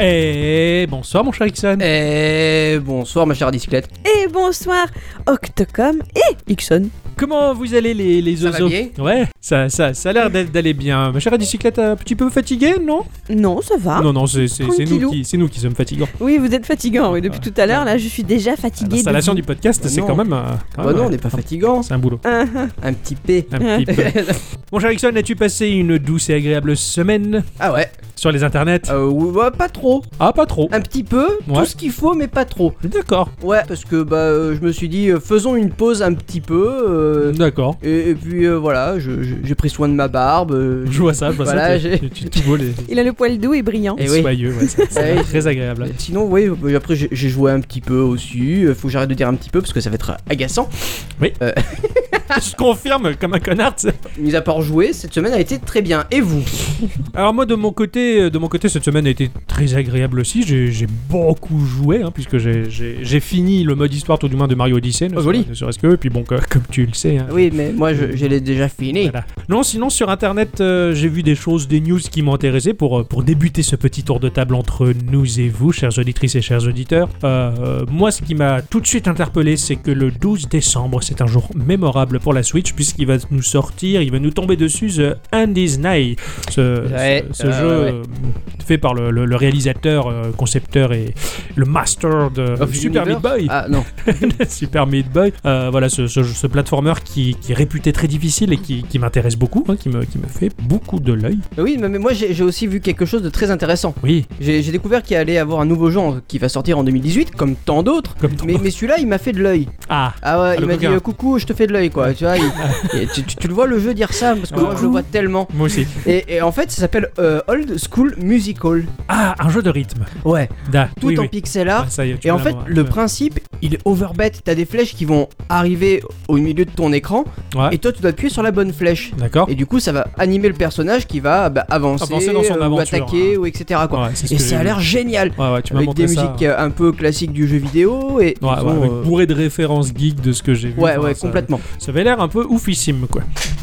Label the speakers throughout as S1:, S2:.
S1: Et Eh, bonsoir mon cher Ixon.
S2: Eh. Et bonsoir ma chère bicyclette.
S3: Et bonsoir Octocom et Ixon.
S1: Comment vous allez les, les
S2: Ça va
S1: oiseaux
S2: bien
S1: Ouais, ça, ça, ça a l'air d'a- d'aller bien. Ma chère bicyclette, euh, un petit peu fatiguée, non
S3: Non, ça va.
S1: Non, non, c'est c'est- c'est nous,
S3: Ah, tranquillou.
S1: qui- c'est nous qui sommes fatigants.
S3: Oui, vous êtes fatigant. Oui, depuis tout à l'heure, là, je suis déjà fatiguée.
S1: Ah, L'installation du podcast,
S2: Bah
S1: c'est
S2: non.
S1: quand même. euh, quand
S2: Bah
S1: même,
S2: non, on
S1: euh,
S2: n'est pas fatigant.
S1: C'est un boulot.
S3: Ah, ah.
S2: Un petit P.
S1: Un petit peu. Mon cher Ixon, as-tu passé une douce et agréable semaine
S2: ah ouais.
S1: sur les internets
S2: Euh, ouais, bah, pas trop.
S1: Ah, pas trop.
S2: Un petit peu.
S1: Ouais.
S2: Tout ce qu'il faut, mais pas trop.
S1: D'accord.
S2: Ouais, parce que bah euh, je me suis dit, euh, faisons une pause un petit peu. euh,
S1: D'accord.
S2: et, et puis euh, voilà, je- je- j'ai pris soin de ma barbe. euh,
S1: Je vois ça, je vois
S2: Voilà,
S1: ça. t'es-
S2: j'ai-
S1: t'es tout beau, les.
S3: Il a le poil doux et brillant.
S2: Eh oui.
S1: Soyeux, ouais, c'est-
S2: Eh
S1: c'est
S2: oui.
S1: très agréable.
S2: Euh, Sinon, oui, euh, après j'ai j'ai joué un petit peu aussi. Euh, Faut que j'arrête de dire un petit peu parce que ça va être agaçant.
S1: Je confirme comme un connard. tu sais.
S2: Mis à part jouer, cette semaine a été très bien. Et vous
S1: Alors moi de mon côté, de mon côté cette semaine a été très agréable aussi. J'ai j'ai beaucoup joué hein, puisque j'ai- j'ai j'ai fini le mode histoire tout du moins de Mario Odyssey. ne
S2: Oh, joli.
S1: serait- Ne serait-ce que et puis bon que- comme tu le sais. hein,
S2: Oui, mais moi je, je l'ai déjà fini.
S1: voilà. Non sinon sur internet euh, j'ai vu des choses, des news qui m'ont intéressé pour euh, pour débuter ce petit tour de table entre nous et vous, chères auditrices et chers auditeurs. Euh, euh, moi ce qui m'a tout de suite interpellé c'est que le 12 décembre c'est un jour mémorable pour la Switch puisqu'il va nous sortir, il va nous tomber dessus The Hand is Nigh. Ce,
S2: Ouais,
S1: ce- ce
S2: euh,
S1: jeu
S2: ouais, ouais.
S1: euh, fait par le, le- le réalisateur, euh, concepteur et le master de
S2: Of
S1: Super Meat
S2: Universe
S1: Boy.
S2: Ah non.
S1: Super Meat Boy. Euh, voilà, ce, ce, ce platformer qui, qui est réputé très difficile et qui, qui m'intéresse beaucoup, hein, qui, me, qui me fait beaucoup de l'œil.
S2: Oui, mais mais moi j'ai j'ai aussi vu quelque chose de très intéressant.
S1: Oui,
S2: J'ai j'ai découvert qu'il allait avoir un nouveau genre qui va sortir en 2018, comme tant d'autres.
S1: comme ton...
S2: Mais, mais celui-là, il m'a fait de l'œil.
S1: Ah,
S2: Ah ouais,
S1: Ah, le
S2: il m'a dit
S1: coquin.
S2: euh, coucou, je te fais de l'œil quoi. Tu vois, il- et tu, tu- tu le vois le jeu dire ça parce que moi je le vois tellement.
S1: moi aussi.
S2: Et, et en fait, ça s'appelle euh, Old School Musical.
S1: Ah, un jeu de rythme.
S2: Ouais,
S1: Da,
S2: tout
S1: oui,
S2: en
S1: oui.
S2: pixel art.
S1: Ah, ça y est, tu
S2: Et en
S1: peux
S2: fait,
S1: l'avoir.
S2: le principe, il est overbet. T'as des flèches qui vont arriver au milieu de ton écran,
S1: Ouais,
S2: et toi, tu dois appuyer sur la bonne flèche.
S1: d'accord.
S2: Et du coup, ça va animer le personnage qui va bah, avancer,
S1: Avancer dans son
S2: euh, ou
S1: aventure,
S2: attaquer,
S1: hein.
S2: ou etc. Quoi.
S1: Ouais, c'est ce
S2: et
S1: que
S2: ça a
S1: j'ai
S2: l'air génial.
S1: vu. Ouais, ouais, tu m'as
S2: avec
S1: montré
S2: des
S1: ça.
S2: musiques euh, un peu classiques du jeu vidéo et
S1: Ouais, ouais,
S2: ils ont,
S1: avec
S2: euh,
S1: bourré de références geeks de hein. ce que j'ai vu.
S2: ouais,
S1: Enfin,
S2: ouais,
S1: ça-
S2: complètement.
S1: Ça avait l'air un peu oufissime, quoi.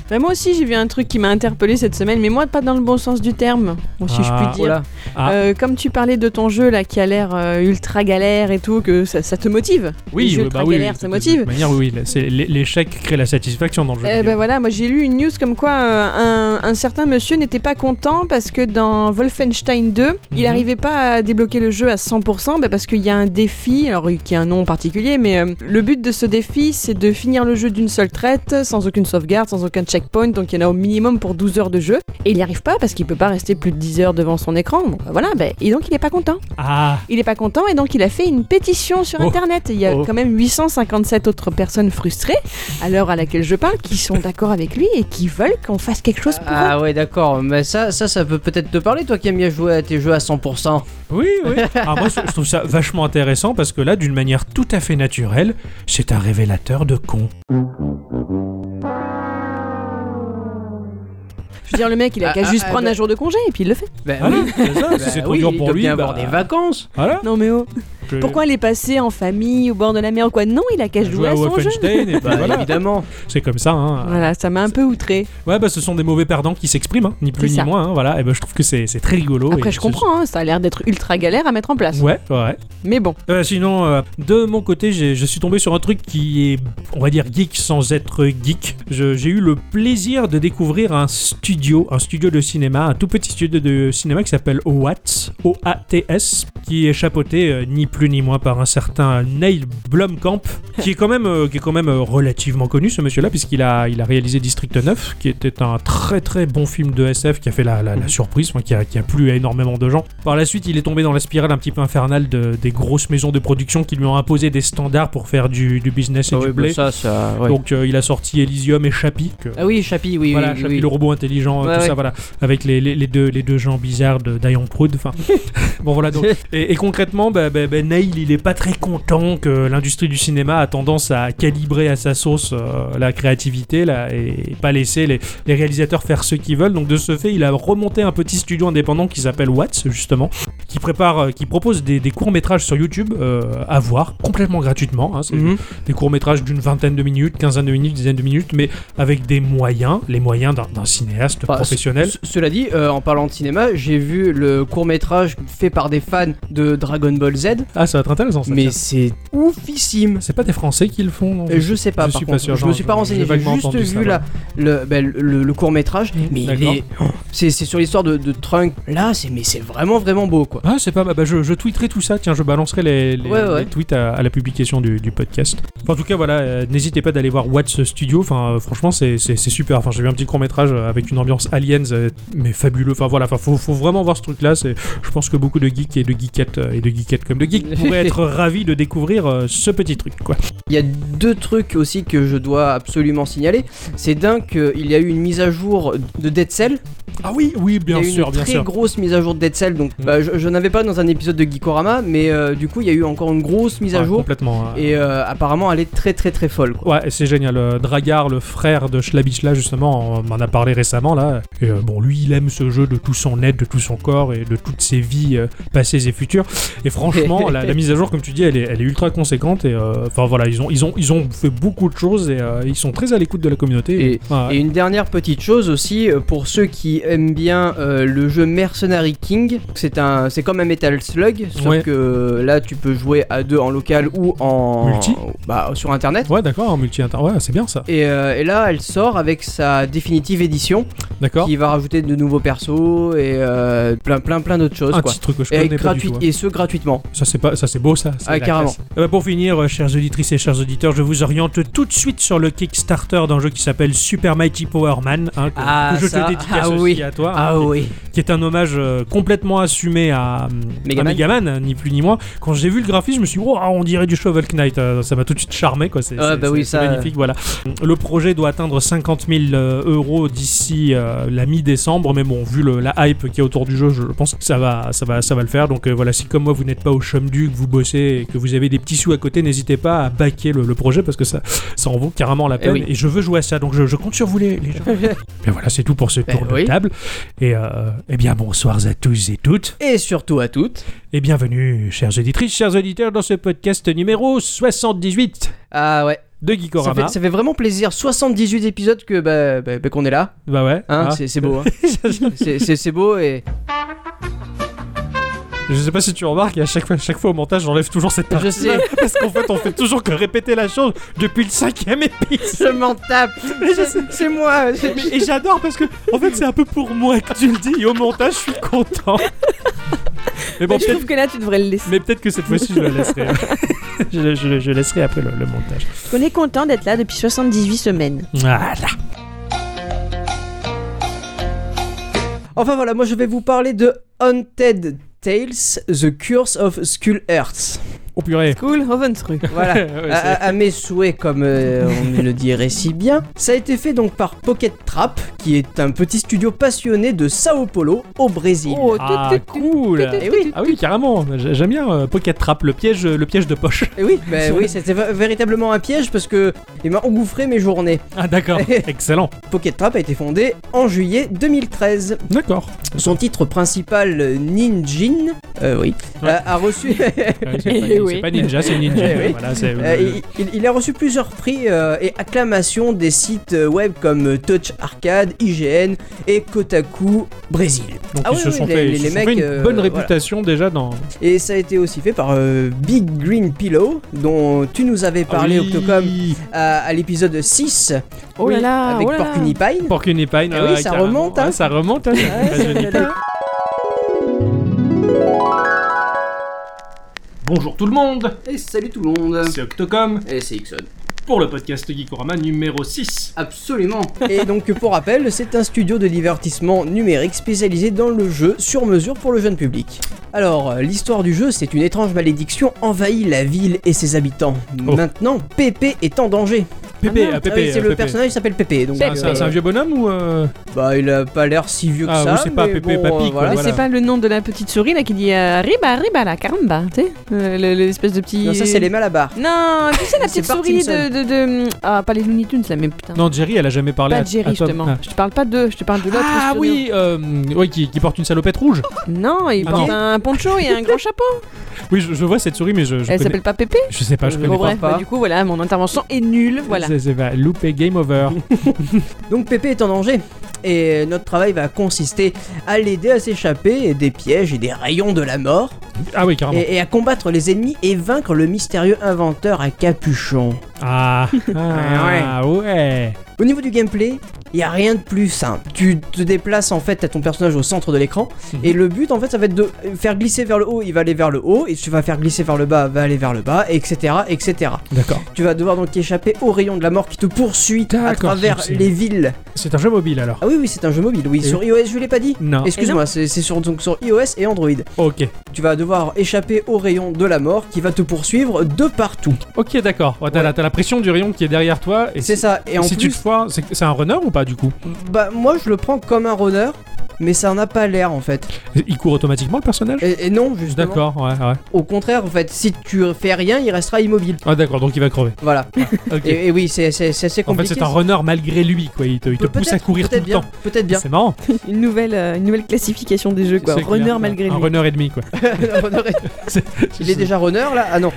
S3: Bah, moi aussi, j'ai vu un truc qui m'a interpellé cette semaine, mais moi, pas dans le bon sens du terme, bon, si je
S1: Ah,
S3: puis dire.
S2: Voilà.
S1: Ah.
S3: Euh, comme tu parlais de ton jeu là qui a l'air euh, ultra galère et tout, que ça, ça te motive. Les
S1: Oui,
S3: jeux
S1: oui,
S3: ultra
S1: bah oui,
S3: galères,
S1: oui,
S3: ça
S1: de- De
S3: motive.
S1: toute manière, oui, oui, c'est- l'é- l'échec crée la satisfaction dans le jeu.
S3: Eh ben
S1: vidéo.
S3: voilà, moi j'ai lu une news comme quoi euh, un, un certain monsieur n'était pas content parce que dans Wolfenstein 2, il
S1: Mhm.
S3: n'arrivait pas à débloquer le jeu à 100% bah parce qu'il y a un défi, alors euh, qui a un nom particulier, mais euh, le but de ce défi c'est de finir le jeu d'une seule traite, sans aucune sauvegarde, sans aucun checkpoint, donc il y en a au minimum pour 12 heures de jeu, et il n'y arrive pas parce qu'il peut pas rester plus de 10 heures devant son écran, Bon, bah voilà, bah, et donc il n'est pas content.
S1: Ah,
S3: Il est pas content et donc il a fait une pétition sur
S1: Oh.
S3: internet. Il y a
S2: Oh.
S3: quand même 857 autres personnes frustrées, à l'heure à laquelle je parle, qui sont d'accord avec lui et qui veulent qu'on fasse quelque chose pour eux.
S2: Ah ouais, d'accord. Mais ça, ça, ça peut peut-être te parler, toi qui aimes bien jouer à tes jeux à 100%.
S1: oui, oui. Ah, moi, je je trouve ça vachement intéressant parce que là, d'une manière tout à fait naturelle, c'est un révélateur de con.
S3: Je veux dire, le mec, il a
S2: Ah,
S3: qu'à
S2: ah,
S3: juste
S2: ah,
S3: prendre
S2: bah-
S3: un jour de congé et puis il le fait.
S2: Ben
S1: Voilà,
S2: oui.
S1: Ah c'est ça, si c'est
S2: Bah
S1: trop
S2: oui,
S1: dur
S2: il
S1: pour
S2: doit
S1: lui.
S2: bien
S1: bah,
S2: avoir des vacances.
S1: Voilà.
S3: Non mais oh,
S1: que-
S3: pourquoi elle est passée en famille au bord de la mer ou quoi Non, il a qu'à
S1: jouer
S3: jouer
S1: à
S3: à son jeu.
S1: Wolfenstein et bah,
S2: Bah,
S1: voilà.
S2: évidemment.
S1: C'est comme ça. Hein.
S3: Voilà, ça m'a un peu outré.
S1: Ouais, bah ce sont des mauvais perdants qui s'expriment, hein, ni plus
S3: C'est
S1: ni
S3: ça.
S1: moins. hein, voilà. Et ben je trouve que c'est Oh, c'est très rigolo.
S3: Après,
S1: et
S3: je
S1: ce-
S3: comprends, hein, ça a l'air d'être ultra galère à mettre en place.
S1: Ouais, ouais.
S3: Mais bon,
S1: Euh, sinon, euh, de mon côté, j'ai- je suis tombé sur un truc qui est, on va dire, geek sans être geek. Je- J'ai eu le plaisir de découvrir un studio, un studio de cinéma, un tout petit studio de cinéma qui s'appelle OATS, O-A-T-S, qui est chapeauté euh, ni plus ni moins par un certain Neil Blomkamp, qui est quand même, euh, qui est quand même euh, relativement connu ce monsieur-là, puisqu'il a, il a réalisé District 9, qui était un très très bon film de SF qui a fait la, la- la surprise, enfin, qui, a, qui a plu à énormément de gens. Par la suite, il est tombé dans la spirale un petit peu infernale de- des grosses maisons de production qui lui ont imposé des standards pour faire du, du business et
S2: Ah
S1: du
S2: ouais,
S1: blé.
S2: bah, ça, ça. ouais.
S1: Donc euh, il a sorti Elysium et Chappie. que-
S2: Ah oui, Chapi, oui,
S1: voilà,
S2: oui,
S1: Chappie,
S2: oui.
S1: le robot intelligent, euh,
S2: Ouais,
S1: tout
S2: ouais.
S1: ça, voilà, avec les, les- les deux, les deux gens bizarres de Diane Proud. Enfin, bon, voilà, donc. Et, et concrètement, bah, bah, bah, Neil, il est pas très content que l'industrie du cinéma a tendance à calibrer à sa sauce euh, la créativité là, et pas laisser les, les réalisateurs faire ce qu'ils veulent. Donc, de ce fait, il a remonté un petit studio indépendant qui s'appelle Watts, justement, qui prépare, euh, qui propose des, des courts métrages sur YouTube euh, à voir complètement gratuitement. hein, c'est
S2: Mhm.
S1: des courts métrages d'une vingtaine de minutes, quinzaine de minutes, dizaine de minutes, mais avec des moyens, les moyens d'un d'un cinéaste
S2: Enfin,
S1: professionnel.
S2: ce- Cela dit, euh, en parlant de cinéma, j'ai vu le court métrage fait par des fans de Dragon Ball Z,
S1: Ah, ça va être intéressant. Ça,
S2: mais
S1: tiens.
S2: c'est oufissime.
S1: c'est pas des Français qui le font. non
S2: Euh, Je sais pas,
S1: Je
S2: par
S1: suis pas
S2: contre,
S1: sûr,
S2: je me
S1: non,
S2: suis pas
S1: je-
S2: renseigné,
S1: j'ai
S2: j'ai
S1: vaguement
S2: juste
S1: entendu ça,
S2: vu la, le, ben, le, court métrage, mais il
S1: d'accord.
S2: est- oh, c'est c'est sur l'histoire de, de Trunk. Là, c'est mais c'est vraiment vraiment beau quoi.
S1: Ah, c'est pas mal. Bah, je, je tweeterai tout ça. Tiens, je balancerai les, les-
S2: Ouais, ouais.
S1: les tweets à, à la publication du, du podcast. Enfin, en tout cas, voilà, euh, n'hésitez pas d'aller voir Watts Studio. Enfin, euh, franchement, c'est c'est- c'est super. Enfin, j'ai vu un petit court-métrage euh, avec une ambiance Aliens, euh, mais fabuleux. Enfin, voilà, enfin, faut, faut vraiment voir ce truc-là. C'est- Je pense que beaucoup de geeks et de geekettes euh, et de geekettes comme de geeks pourraient être ravis de découvrir euh, ce petit truc, quoi.
S2: Il y a deux trucs aussi que je dois absolument signaler. C'est dingue qu'il y a eu une mise à jour de Dead Cell.
S1: Ah oui, oui, bien
S2: il y a eu
S1: sûr,
S2: une
S1: bien
S2: très
S1: sûr.
S2: grosse mise à jour de Dead Cell. Donc,
S1: Mm.
S2: bah, je, je n'avais pas dans un épisode de Geekorama, mais euh, du coup, il y a eu encore une grosse mise à
S1: Ouais,
S2: jour.
S1: complètement. euh,
S2: Et euh, apparemment, elle est très très très folle. Quoi.
S1: Ouais, c'est génial. Euh, Dragar, le frère de Schlabichla, justement, on m'en a parlé récemment, là. Et euh, bon, lui, il aime ce jeu de tout son être, de tout son corps et de toutes ses vies euh, passées et futures. Et franchement, la, la mise à jour, comme tu dis, elle est, elle est ultra conséquente. Et euh, enfin, voilà, ils ont, ils, ont, ils ont fait beaucoup de choses et euh, ils sont très à l'écoute de la communauté.
S2: Et-
S1: Ouais.
S2: Et une dernière petite chose aussi, euh, pour ceux qui aiment bien euh, le jeu Mercenary King, c'est un, c'est comme un Metal Slug, sauf
S1: Ouais.
S2: que euh, là tu peux jouer à deux en local ou en
S1: Multi
S2: bah, sur internet.
S1: Ouais, d'accord, en multi-inter. Ouais, c'est bien ça.
S2: Et, euh, et là, elle sort avec sa définitive édition,
S1: D'accord.
S2: qui va rajouter de nouveaux persos et euh, plein plein plein d'autres choses
S1: Un
S2: quoi.
S1: petit truc que Ah, je
S2: Et,
S1: connais pas du
S2: gratuit,
S1: tout. hein.
S2: et ce gratuitement.
S1: Ça c'est pas, ça c'est beau ça. c'est
S2: Ah,
S1: la
S2: carrément.
S1: classe. Euh, pour finir, euh, chères auditrices et chers auditeurs, je vous oriente tout de suite sur le Kickstarter d'un jeu qui s'appelle Super Mighty Power Man, hein, que,
S2: Ah,
S1: que je
S2: ça,
S1: te dédicace
S2: ah
S1: aussi
S2: oui.
S1: à toi,
S2: Ah
S1: hein, qui-
S2: oui.
S1: qui, est un hommage euh, complètement assumé à, hum, à
S2: Megaman.
S1: Megaman, hein, ni plus ni moins. Quand j'ai vu le graphisme, je me suis dit, Wow, on dirait du Shovel Knight, euh, ça m'a tout de suite charmé, quoi. C'est
S2: Ah,
S1: c'est-
S2: bah
S1: c'est-
S2: oui,
S1: c'est
S2: ça,
S1: magnifique, voilà. Le projet doit atteindre 50 000 euh, euros d'ici euh, la mi-décembre, mais bon, vu le- la hype qui est autour du jeu, je pense que ça va, ça va, ça va le faire. Donc euh, voilà, si comme moi vous n'êtes pas au chum du, que vous bossez et que vous avez des petits sous à côté, n'hésitez pas à baquer le, le projet parce que ça, ça en vaut carrément la
S2: Eh
S1: peine.
S2: oui.
S1: Et je veux jouer à ça, donc je, je compte sur vous les, les gens. mais voilà, c'est tout pour ce
S2: Ben
S1: tour
S2: oui.
S1: de table. Et euh, eh bien, bonsoir à tous et toutes.
S2: Et surtout à toutes.
S1: Et bienvenue, chères auditrices, chers auditeurs, dans ce podcast numéro 78
S2: Ah ouais.
S1: de
S2: Ça
S1: Geekorama.
S2: fait, ça fait vraiment plaisir. 78 épisodes que bah, bah, bah, qu'on est là.
S1: Bah ouais.
S2: Hein,
S1: ah.
S2: c'est c'est beau. hein. C'est- c'est c'est beau et
S1: Je sais pas si tu remarques, et à chaque fois, à chaque fois au montage, j'enlève toujours cette partie.
S2: sais.
S1: Parce qu'en fait, on fait toujours que répéter la chose depuis le cinquième épisode.
S2: je m'en tape. C'est- C'est moi. c'est-
S1: Mais- Et j'adore parce que, en fait, c'est un peu pour moi que tu le dis. Et au montage, je suis content. Mais bon,
S3: Mais je
S1: peut-être.
S3: trouve que là, tu devrais le laisser.
S1: Mais peut-être que cette fois-ci, je le laisserai. je, le- je le- je laisserai après le, le montage.
S3: On est content d'être là depuis 78 semaines.
S1: Voilà.
S2: Enfin voilà, moi je vais vous parler de Haunted Tales, The Curse of Skull Earth.
S1: Oh purée.
S3: Cool, Ravensruck.
S2: Voilà.
S1: Ouais,
S2: À,
S1: c'est-
S2: à- à mes souhaits, comme euh, on le dirait si bien. Ça a été fait donc par Pocket Trap, qui est un petit studio passionné de Sao Paulo, au Brésil.
S3: Oh,
S1: Ah,
S3: tout, tout, tout,
S1: cool.
S3: tout, tout,
S2: Eh oui.
S3: tout,
S1: Ah oui, carrément. J'ai- J'aime bien euh, Pocket Trap, le piège, le piège de poche.
S2: Et oui, bah, oui, c'était v- véritablement un piège parce que il m'a engouffré mes journées.
S1: Ah d'accord. Excellent.
S2: Pocket Trap a été fondé en juillet 2013.
S1: D'accord.
S2: Son titre principal, euh, Ninjin, euh, oui,
S1: Ouais.
S2: a- a reçu
S1: Ouais, c'est pas,
S3: Eh oui.
S1: c'est pas ninja, c'est ninja.
S2: Eh oui.
S1: Voilà, c'est-
S2: Euh, il, il- il a reçu plusieurs prix euh, et acclamations des sites euh, web comme euh, Touch Arcade, IGN et Kotaku Brésil.
S1: Donc
S2: Ah
S1: ils
S2: oui,
S1: se
S2: oui,
S1: sont
S2: les-
S1: fait,
S2: les-
S1: ils se
S2: les
S1: sont
S2: mecs,
S1: fait une
S2: euh,
S1: bonne
S2: voilà. Ah
S1: réputation déjà dans.
S2: Et ça a été aussi fait par euh, Big Green Pillow, dont tu nous avais
S3: Ah
S2: parlé,
S1: au
S2: Octocom, à, à l'épisode 6
S3: Oh là là,
S2: avec
S3: oh là là.
S2: Porcupine Pine.
S1: Porcune épine.
S2: Eh oui, ça remonte, hein.
S1: ça remonte. hein. Très joli. Bonjour tout le monde.
S2: Et salut tout le monde
S1: C'est Octocom
S2: Et c'est Ixon.
S1: pour le podcast Geekorama numéro 6.
S2: Absolument Et donc pour rappel, c'est un studio de divertissement numérique spécialisé dans le jeu sur mesure pour le jeune public. Alors, euh, l'histoire du jeu, c'est une étrange malédiction envahit la ville et ses habitants.
S1: Oh.
S2: Maintenant, Pépé est en danger.
S1: Pépé,
S3: Ah non.
S1: ah, Pépé,
S2: Ah oui, c'est
S1: euh,
S2: le
S1: Pépé.
S2: personnage s'appelle Pépé. Donc,
S1: C'est un- c'est un, c'est un
S2: euh,
S1: vieux bonhomme ou euh,
S2: Bah, il a pas l'air si vieux que
S1: Ah,
S2: ça.
S1: oui, c'est pas
S2: mais
S1: Pépé
S2: bon,
S1: Papy,
S2: euh,
S1: quoi,
S2: voilà.
S3: Mais
S1: voilà.
S3: c'est pas le nom de la petite souris là qui dit euh, Riba, Riba, la caramba, tu sais Euh, le- L'espèce de petit.
S2: Non, ça, c'est les Malabar.
S3: Non, tu sais la
S2: C'est
S3: petite souris de,
S2: Parkinson.
S3: de, de- Ah, pas les Looney Tunes là, mais putain.
S1: Non, Jerry, elle a jamais parlé
S3: pas
S1: à,
S3: de Jerry
S1: à Tom.
S3: justement.
S1: Ah.
S3: Je te parle pas d'eux, je te parle de l'autre.
S1: Ah
S3: studio.
S1: oui, euh, oui qui, qui porte une salopette rouge.
S3: Non, il
S1: Ah,
S3: porte
S1: non.
S3: un poncho et un grand chapeau.
S1: Oui, je, je vois cette souris, mais je, je,
S3: Elle
S1: connais-
S3: s'appelle pas Pépé
S1: je sais pas, je
S2: Au
S1: connais
S3: Bon,
S1: pas.
S3: bref,
S2: pas.
S3: bah, du coup, voilà, mon intervention est nulle, voilà.
S1: C'est- C'est pas loupé, game over.
S2: Donc Pépé est en danger et notre travail va consister à l'aider à s'échapper des pièges et des rayons de la mort
S1: Ah oui, carrément.
S2: et, et à combattre les ennemis et vaincre le mystérieux inventeur à capuchon.
S1: Ah, ah, ouais.
S2: Au niveau du gameplay, il n'y a rien de plus simple. Tu te déplaces en fait à ton personnage au centre de l'écran
S1: Mhm.
S2: et le but en fait ça va être de faire glisser vers le haut, il va aller vers le haut et tu vas faire glisser vers le bas, il va aller vers le bas, etc. etc.
S1: D'accord.
S2: Tu vas devoir donc t'échapper au rayon de la mort qui te poursuit à
S1: D'accord,
S2: travers
S1: c'est-
S2: les villes.
S1: C'est un jeu mobile alors.
S2: Ah oui oui c'est un jeu mobile, oui.
S1: Et Ah.
S2: Sur iOS je l'ai pas dit
S1: Non.
S2: Excuse-moi, c'est c'est sur, donc sur iOS et Android.
S1: Ok.
S2: Tu vas devoir échapper au rayon de la mort qui va te poursuivre de partout.
S1: Ok, d'accord. Ouais, t'as, la- t'as la pression du rayon qui est derrière toi. Et
S2: C'est
S1: si-
S2: ça. Et en
S1: si tu
S2: plus,
S1: te foires, c'est, c'est un runner ou pas du coup
S2: bah moi je le prends comme un runner, mais ça n'a pas l'air en fait.
S1: Il court automatiquement le personnage
S2: Et, et non, justement.
S1: D'accord, ouais, ouais.
S2: Au contraire, en fait, si tu fais rien, il restera immobile.
S1: Ah d'accord, donc il va crever.
S2: Voilà.
S1: Ok.
S2: Et, et oui, c'est c'est- c'est assez
S1: en fait,
S2: compliqué.
S1: c'est un runner malgré lui, quoi. Il te, il te
S2: Pe-
S1: pousse à
S2: peut-être-
S1: courir tout
S2: peut-être
S1: le
S2: bien,
S1: temps.
S2: Peut-être bien.
S1: C'est marrant.
S3: Une nouvelle, euh, une nouvelle classification des jeux, quoi.
S1: C'est
S3: Runner
S1: clair.
S3: malgré
S1: Un
S3: lui.
S1: runner et demi, quoi.
S2: Le runner est- il est déjà runner là Ah non.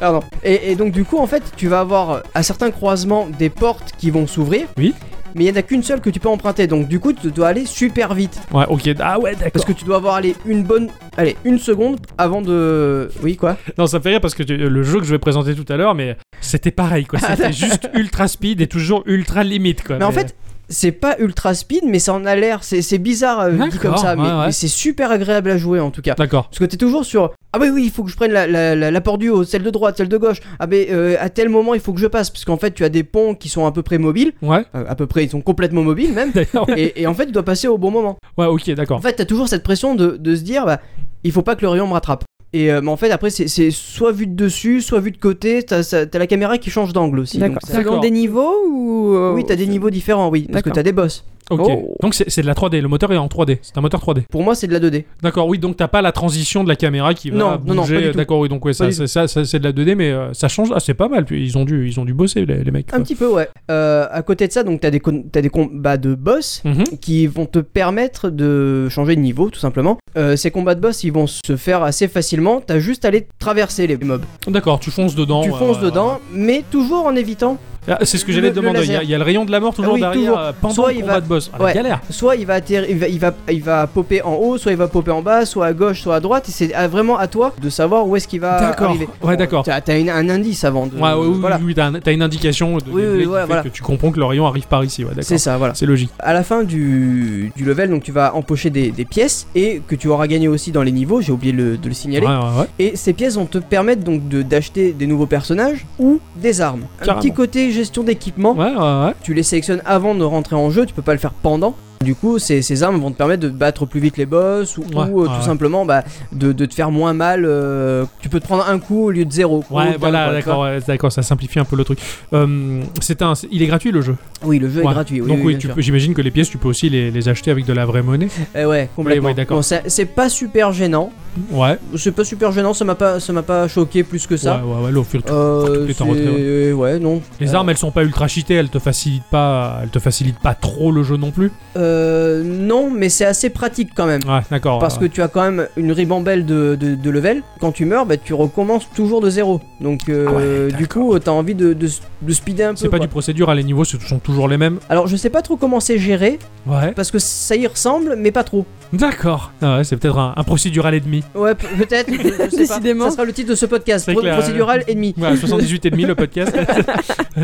S2: Pardon. Et, et donc du coup, en fait, tu vas avoir euh, à certains croisements des portes qui vont s'ouvrir.
S1: Oui.
S2: Mais il n'y en a qu'une seule que tu peux emprunter. Donc du coup, tu dois aller super vite.
S1: Ouais, ok. Ah ouais, d'accord.
S2: Parce que tu dois avoir allez, une bonne. Allez, une seconde avant de. Oui, quoi
S1: Non, ça me fait rire parce que tu- le jeu que je vais présenter tout à l'heure, mais c'était pareil, quoi. C'était juste ultra speed et toujours ultra limite, quoi.
S2: Ah, Mais en fait, c'est pas ultra speed, mais ça en a l'air. C'est c'est bizarre euh, dit comme
S1: D'accord,
S2: ça, mais,
S1: ouais, ouais.
S2: mais c'est super agréable à jouer en tout cas.
S1: D'accord.
S2: Parce que t'es toujours sur. Ah, oui, oui, il faut que je prenne la, la, la, la porte du haut, celle de droite, celle de gauche. Ah, ben euh, à tel moment, il faut que je passe. Parce qu'en fait, tu as des ponts qui sont à peu près mobiles.
S1: Ouais.
S2: Euh, à peu près, ils sont complètement mobiles même.
S1: D'ailleurs, ouais.
S2: et, et en fait, tu dois passer au bon moment.
S1: Ouais, ok, d'accord.
S2: En fait, t'as toujours cette pression de, de se dire, bah, il faut pas que le rayon me rattrape. Et euh, mais en fait, après, c'est- c'est soit vu de dessus, soit vu de côté. T'as ça- t'as la caméra qui change d'angle aussi.
S3: D'accord.
S2: donc ça-
S1: D'accord.
S3: Selon des niveaux ou. euh,
S2: oui, t'as des niveaux différents, oui, parce que
S3: D'accord.
S2: t'as des boss.
S1: Ok.
S3: Oh.
S1: Donc c'est c'est de la 3D. Le moteur est en 3D. C'est un moteur 3D.
S2: Pour moi, c'est de la 2D.
S1: D'accord. Oui. Donc t'as pas la transition de la caméra qui va
S2: Non, non,
S1: bouger.
S2: non, pas du tout.
S1: D'accord. Oui. Donc ouais, ça,
S2: du
S1: c'est- ça, ça, c'est de la 2D, mais euh, ça change. Ah, c'est pas mal. Puis Ils ont dû, ils ont dû bosser les, les mecs.
S2: Un petit peu, ouais. Euh, à côté de ça, donc t'as des con- t'as des combats de boss
S1: Mhm.
S2: qui vont te permettre de changer de niveau, tout simplement. Euh, ces combats de boss, ils vont se faire assez facilement. T'as juste à les traverser les mobs.
S1: Mhm. D'accord. Tu fonces dedans.
S2: tu
S1: Oh, ouais,
S2: fonces
S1: ouais,
S2: dedans,
S1: ouais.
S2: mais toujours en évitant.
S1: Ah, c'est ce que
S2: Le-
S1: j'allais
S2: le
S1: te demander. Il y, a,
S2: laser.
S1: il y a le rayon de la mort toujours
S2: Ah oui,
S1: derrière
S2: toujours.
S1: euh, pendant
S2: Soit
S1: le
S2: il
S1: combat
S2: va-
S1: de boss. Ah, la
S2: Ouais.
S1: galère.
S2: Soit il va, atterrir- il va, il va, il va popper en haut, soit il va popper en bas, soit à gauche, soit à droite. Et c'est à- vraiment à toi de savoir où est-ce qu'il va
S1: D'accord.
S2: arriver.
S1: Ouais, d'accord.
S2: T'as t'as une- un indice avant de.
S1: Ouais, ouais, oui,
S2: voilà.
S1: oui, oui, t'as un- t'as une indication de
S2: Oui, oui,
S1: gameplay qui
S2: ouais,
S1: fait
S2: voilà.
S1: que tu comprends que le rayon arrive par ici, ouais, d'accord.
S2: C'est ça, voilà.
S1: C'est logique.
S2: À la fin du, du level, donc tu vas empocher des, des pièces et que tu auras gagné aussi dans les niveaux. J'ai oublié le- de le signaler.
S1: Ouais, ouais, ouais.
S2: Et ces pièces vont te permettre donc de- d'acheter des nouveaux personnages ou des armes.
S1: Carrément.
S2: Un petit côté gestion d'équipement.
S1: Ouais, ouais, ouais.
S2: Tu les sélectionnes avant de rentrer en jeu. Tu peux pas le faire pendant. Du coup, ces, ces armes vont te permettre de battre plus vite les boss ou,
S1: Ouais, Ah
S2: ou, euh,
S1: ouais,
S2: tout
S1: ouais.
S2: simplement bah, de, de te faire moins mal. euh, tu peux te prendre un coup au lieu de zéro. coup,
S1: Ouais,
S2: d'un,
S1: voilà,
S2: quoi, tu
S1: d'accord, ouais, d'accord, ça simplifie un peu le truc. Euh, c'est un, c'est- il est gratuit le jeu.
S2: vois. Oui, le jeu
S1: Ouais.
S2: est gratuit. Oui,
S1: Donc
S2: oui,
S1: oui,
S2: bien
S1: tu
S2: sûr.
S1: peux- j'imagine que les pièces, tu peux aussi les, les acheter avec de la vraie monnaie.
S2: Eh ouais, complètement.
S1: Oui, oui, d'accord.
S2: Bon, c'est c'est pas super gênant.
S1: Ouais.
S2: C'est pas super gênant. Ça m'a pas, ça m'a pas choqué plus que ça.
S1: Ouais, ouais, ouais, là, au fur et à mesure.
S2: Euh,
S1: Tout est en
S2: c'est-
S1: retrait,
S2: ouais, non.
S1: Les
S2: Euh,
S1: armes, elles sont pas ultra cheatées, elles te facilitent pas, elles te facilitent pas trop le jeu non plus.
S2: Euh, non, mais c'est assez pratique quand même.
S1: Ouais, d'accord.
S2: Parce que tu as quand même une ribambelle de, de, de level. Quand tu meurs, bah, tu recommences toujours de zéro. Donc, euh,
S1: Ah ouais,
S2: du
S1: d'accord.
S2: coup, euh, t'as envie de, de, de speeder un peu.
S1: c'est pas
S2: quoi.
S1: du procédural, les niveaux ce sont toujours les mêmes.
S2: Alors, je sais pas trop comment c'est géré.
S1: Ouais.
S2: Parce que ça y ressemble, mais pas trop.
S1: D'accord. Ah ouais, c'est peut-être un, un procédural et demi.
S2: Ouais, pe- peut-être. je- je sais pas.
S3: Décidément.
S2: Ça sera le titre de ce podcast.
S1: C'est
S2: Pro-
S1: clair.
S2: Procédural ennemi.
S1: Ouais, 78 et demi le podcast.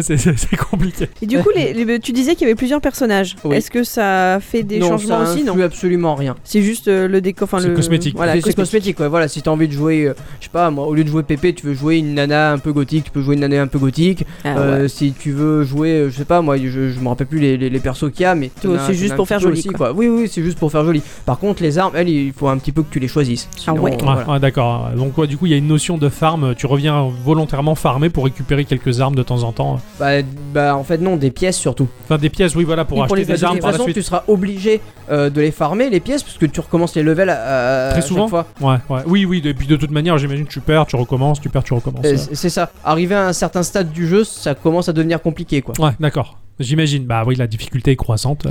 S1: C'est- c'est c'est compliqué.
S3: Et du coup, les, les- tu disais qu'il y avait plusieurs personnages.
S2: Oui.
S3: Est-ce que ça ça fait des
S2: non,
S3: changements
S2: ça
S3: aussi Non.
S2: influe absolument rien.
S3: C'est juste euh, le décor, enfin
S1: C'est
S3: le
S1: cosmétique.
S3: Voilà,
S2: c'est c'est
S3: cosmétique.
S2: cosmétique, ouais. Voilà, si t'as envie de jouer, euh, je sais pas, moi, au lieu de jouer Pépé, tu veux jouer une nana un peu gothique, tu peux jouer une nana un peu gothique.
S3: Ah, ouais.
S2: Euh, Si tu veux jouer, euh, je sais pas, moi, je, je me rappelle plus les, les, les persos qu'il y a, mais t'en
S3: Oh,
S2: as-
S3: c'est
S2: t'en
S3: juste
S2: as un
S3: pour faire
S2: petit peu
S3: joli, quoi.
S2: Oui, oui, c'est juste pour faire joli. Par contre, les armes, elles, il faut un petit peu que tu les choisisses. Sinon,
S3: ouais.
S2: euh,
S1: Ouais,
S2: voilà.
S1: ouais, d'accord. Donc ouais, du coup, il y a une notion de farm. Tu reviens volontairement farmer pour récupérer quelques armes de temps en temps.
S2: Bah, bah, en fait, non, des pièces surtout.
S1: Enfin, des pièces, oui, voilà, pour
S3: Et
S1: acheter
S3: pour les
S1: des
S3: ajouter,
S1: armes
S2: de toute
S1: par la
S2: façon,
S1: suite.
S2: tu seras obligé euh, de les farmer, les pièces, parce que tu recommences les levels à, à-
S1: Très
S2: à chaque
S1: souvent.
S2: fois.
S1: Ouais, ouais. Oui, oui. Et puis de toute manière, j'imagine que tu perds, tu recommences, tu perds, tu recommences.
S2: Euh, C'est c'est ça. Arrivé à un certain stade du jeu, ça commence à devenir compliqué, quoi.
S1: Ouais, d'accord. J'imagine. Bah oui, la difficulté est croissante. euh.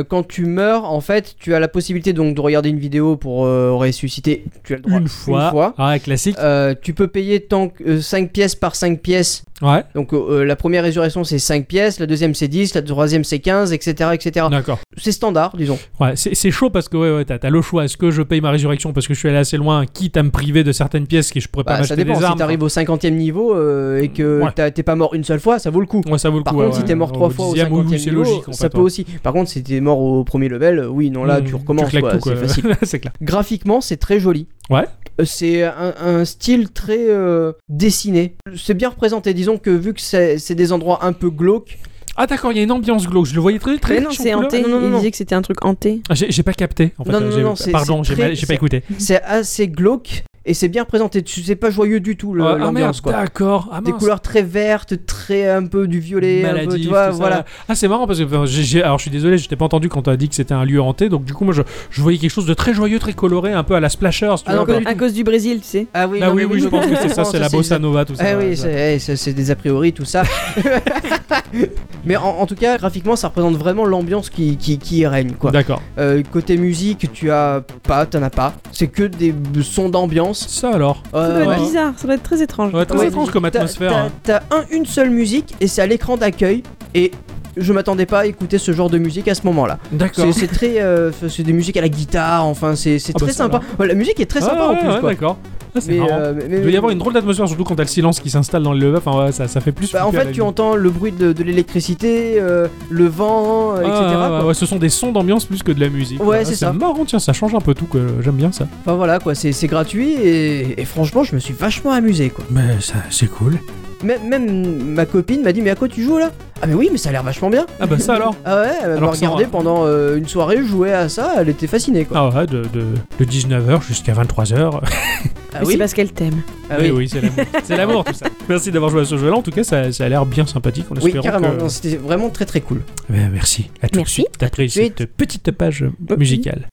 S2: Euh, quand tu meurs, en fait, tu as la possibilité donc de regarder une vidéo pour euh, ressusciter. Tu as le droit
S1: une fois.
S2: Une fois.
S1: Ah, classique.
S2: Euh, tu peux payer tant que, 5 pièces par 5 pièces.
S1: Ouais.
S2: Donc euh, la première résurrection c'est 5 pièces, la deuxième c'est 10, la troisième c'est 15, etc. etc.
S1: D'accord.
S2: C'est standard, disons.
S1: Ouais, c'est c'est chaud parce que ouais, ouais, t'as t'as le choix. Est-ce que je paye ma résurrection parce que je suis allé assez loin, quitte à me priver de certaines pièces que je pourrais pas
S2: Bah, ça
S1: m'acheter
S2: dépend.
S1: des
S2: Si
S1: armes.
S2: t'arrives au 50 e niveau euh, et que
S1: Ouais.
S2: t'as- t'es pas mort une seule fois, ça vaut le coup.
S1: Ouais, ça vaut le
S2: Par
S1: coup.
S2: contre,
S1: ouais,
S2: si t'es mort
S1: ouais.
S2: trois fois au
S1: dixième, oui,
S2: 50 e
S1: oui, c'est
S2: niveau,
S1: logique. en
S2: ça
S1: fait,
S2: peut
S1: ouais.
S2: aussi. Par contre, si t'es mort au premier level, euh, oui, non, là,
S1: Mmh,
S2: tu recommences.
S1: claques
S2: quoi,
S1: tout, quoi.
S2: C'est facile.
S1: c'est clair.
S2: Graphiquement, c'est très joli.
S1: Ouais.
S2: Euh, C'est un, un style très euh, dessiné. C'est bien représenté. Disons que vu que c'est c'est des endroits un peu glauques,
S1: Ah d'accord, il y a une ambiance glauque. Je le voyais très très riche
S3: Mais non,
S1: en
S3: c'est
S1: couleurs.
S3: hanté.
S2: Non, non, non,
S3: Il
S2: non.
S3: disait que c'était un truc hanté.
S1: Ah, J'ai j'ai pas capté. En fait.
S2: Non, non,
S1: J'ai-
S2: non, c'est-
S1: Pardon,
S2: c'est
S1: j'ai mal-
S2: très-
S1: j'ai pas écouté.
S2: c'est assez glauque et c'est bien représenté. Tu sais pas joyeux du tout le-
S1: Ah, ah merde,
S2: l'ambiance quoi.
S1: d'accord. Ah,
S2: Des
S1: mince.
S2: couleurs très vertes, très un peu du violet, un peu,
S1: Maladif,
S2: tu vois,
S1: tout ça.
S2: voilà.
S1: Ah c'est marrant parce que enfin, j'ai- j'ai- alors je suis désolé, je t'ai pas entendu quand t'as dit que c'était un lieu hanté. Donc du coup moi je, je voyais quelque chose de très joyeux, très coloré, un peu à la Splashers. Tu
S2: Ah
S1: vois,
S2: non,
S1: pas
S2: pas
S1: du
S3: à
S1: tout.
S3: cause du Brésil, tu sais.
S2: Ah oui,
S1: Ah
S2: non,
S1: oui
S2: mais
S1: oui, je pense que c'est ça, c'est la bossa nova tout ça.
S2: Ah
S1: ouais.
S2: oui, c'est eh, c'est- c'est des a priori tout ça. mais en, en tout cas, graphiquement, ça représente vraiment l'ambiance qui, qui, qui y règne quoi.
S1: D'accord.
S2: Euh, côté musique, tu as pas, t'en as pas. C'est que des sons d'ambiance.
S1: Ça alors.
S3: Ça
S2: Euh,
S3: doit être
S2: ouais.
S3: bizarre, ça doit être très étrange.
S1: Ouais, très
S2: Ouais.
S1: étrange comme
S2: T'as-
S1: atmosphère.
S2: t'as-
S1: hein.
S2: T'as un- une seule musique et c'est à l'écran d'accueil. Et je m'attendais pas à écouter ce genre de musique à ce moment-là.
S1: D'accord.
S2: C'est c'est très, euh, c'est des musiques à la guitare. Enfin, c'est c'est
S1: Ah bah
S2: très
S1: ça
S2: sympa. Ouais, la musique est très sympa
S1: Ah,
S2: en
S1: ouais,
S2: plus.
S1: ouais,
S2: quoi.
S1: D'accord. Ah, C'est
S2: Mais,
S1: marrant.
S2: euh, mais-
S1: Il doit
S2: mais-
S1: y avoir une drôle d'atmosphère, surtout quand t'as le silence qui s'installe dans le level. Enfin, ouais, ça, ça fait plus.
S2: Bah, en
S1: flipper à
S2: fait,
S1: la
S2: tu
S1: limite.
S2: entends le bruit de, de l'électricité, euh, le vent, euh,
S1: Ah,
S2: etc.
S1: ouais,
S2: quoi.
S1: ouais, ce sont des sons d'ambiance plus que de la musique.
S2: Ouais,
S1: quoi. Ah,
S2: c'est ça.
S1: marrant, tiens, ça change un peu tout. quoi. J'aime bien ça.
S2: Enfin voilà quoi, c'est c'est gratuit et, et franchement, je me suis vachement amusé quoi.
S1: Mais ça, c'est cool.
S2: Même, même ma copine m'a dit mais à quoi tu joues là Ah mais oui mais ça a l'air vachement bien.
S1: Ah bah ça alors.
S2: Ah ouais, elle m'a
S1: Alors que ça,
S2: regardé
S1: on-
S2: pendant euh, une soirée jouer à ça, elle était fascinée quoi.
S1: Ah ouais, de, de, 19h jusqu'à 23h.
S2: Ah,
S3: Mais C'est parce qu'elle t'aime.
S2: Ah oui.
S1: oui, c'est l'amour. c'est l'amour tout ça. Merci d'avoir joué à ce jeu-là. En tout cas, ça, ça a l'air bien sympathique. En
S2: Oui,
S1: espérant
S2: carrément,
S1: que-
S2: non, c'était vraiment très très cool.
S1: Ben, merci. À tout
S3: Merci.
S1: de suite après
S2: tout de
S1: cette petite page
S2: Oh,
S1: musicale.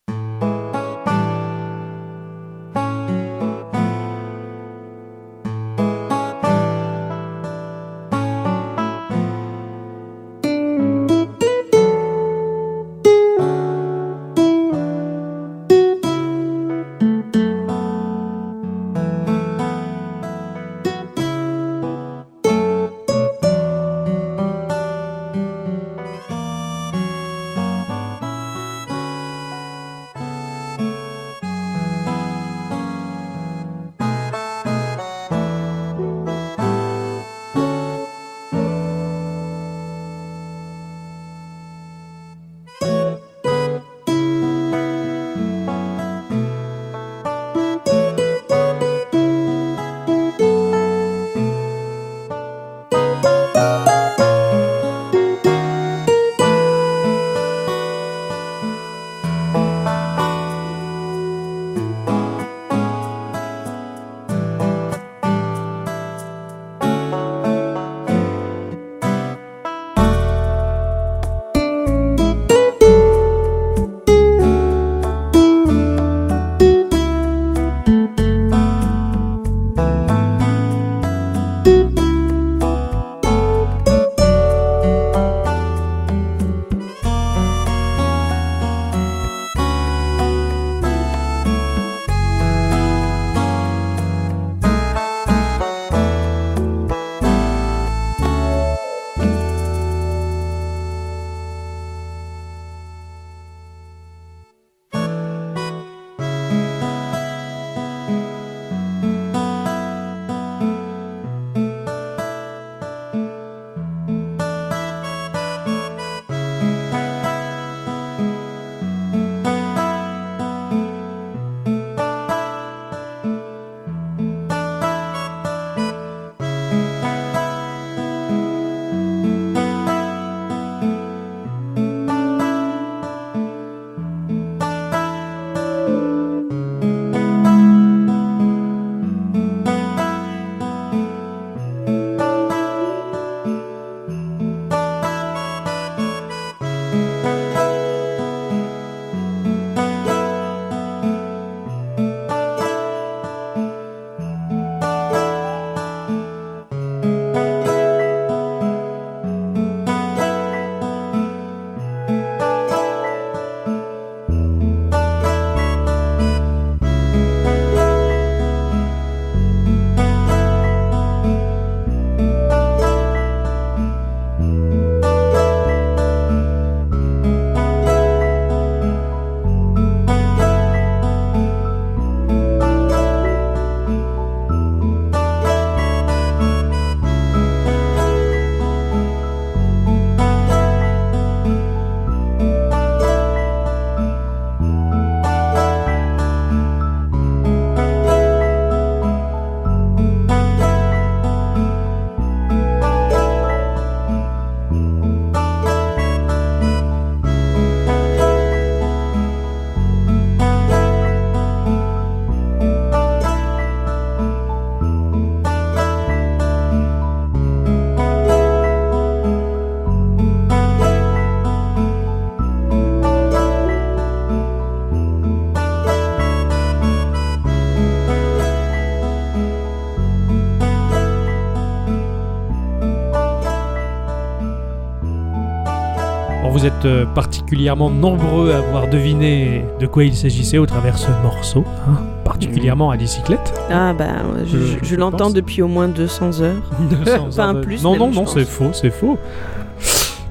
S1: vous êtes euh, particulièrement nombreux à avoir deviné de quoi il s'agissait au travers de ce morceau, hein, particulièrement à bicyclette.
S3: Ah bah, je,
S1: Euh,
S3: je
S1: je
S3: l'entends
S1: pense.
S3: depuis au moins 200 heures. Pas un plus,
S1: Non,
S3: même,
S1: non,
S3: je
S1: non,
S3: pense.
S1: c'est faux, c'est faux.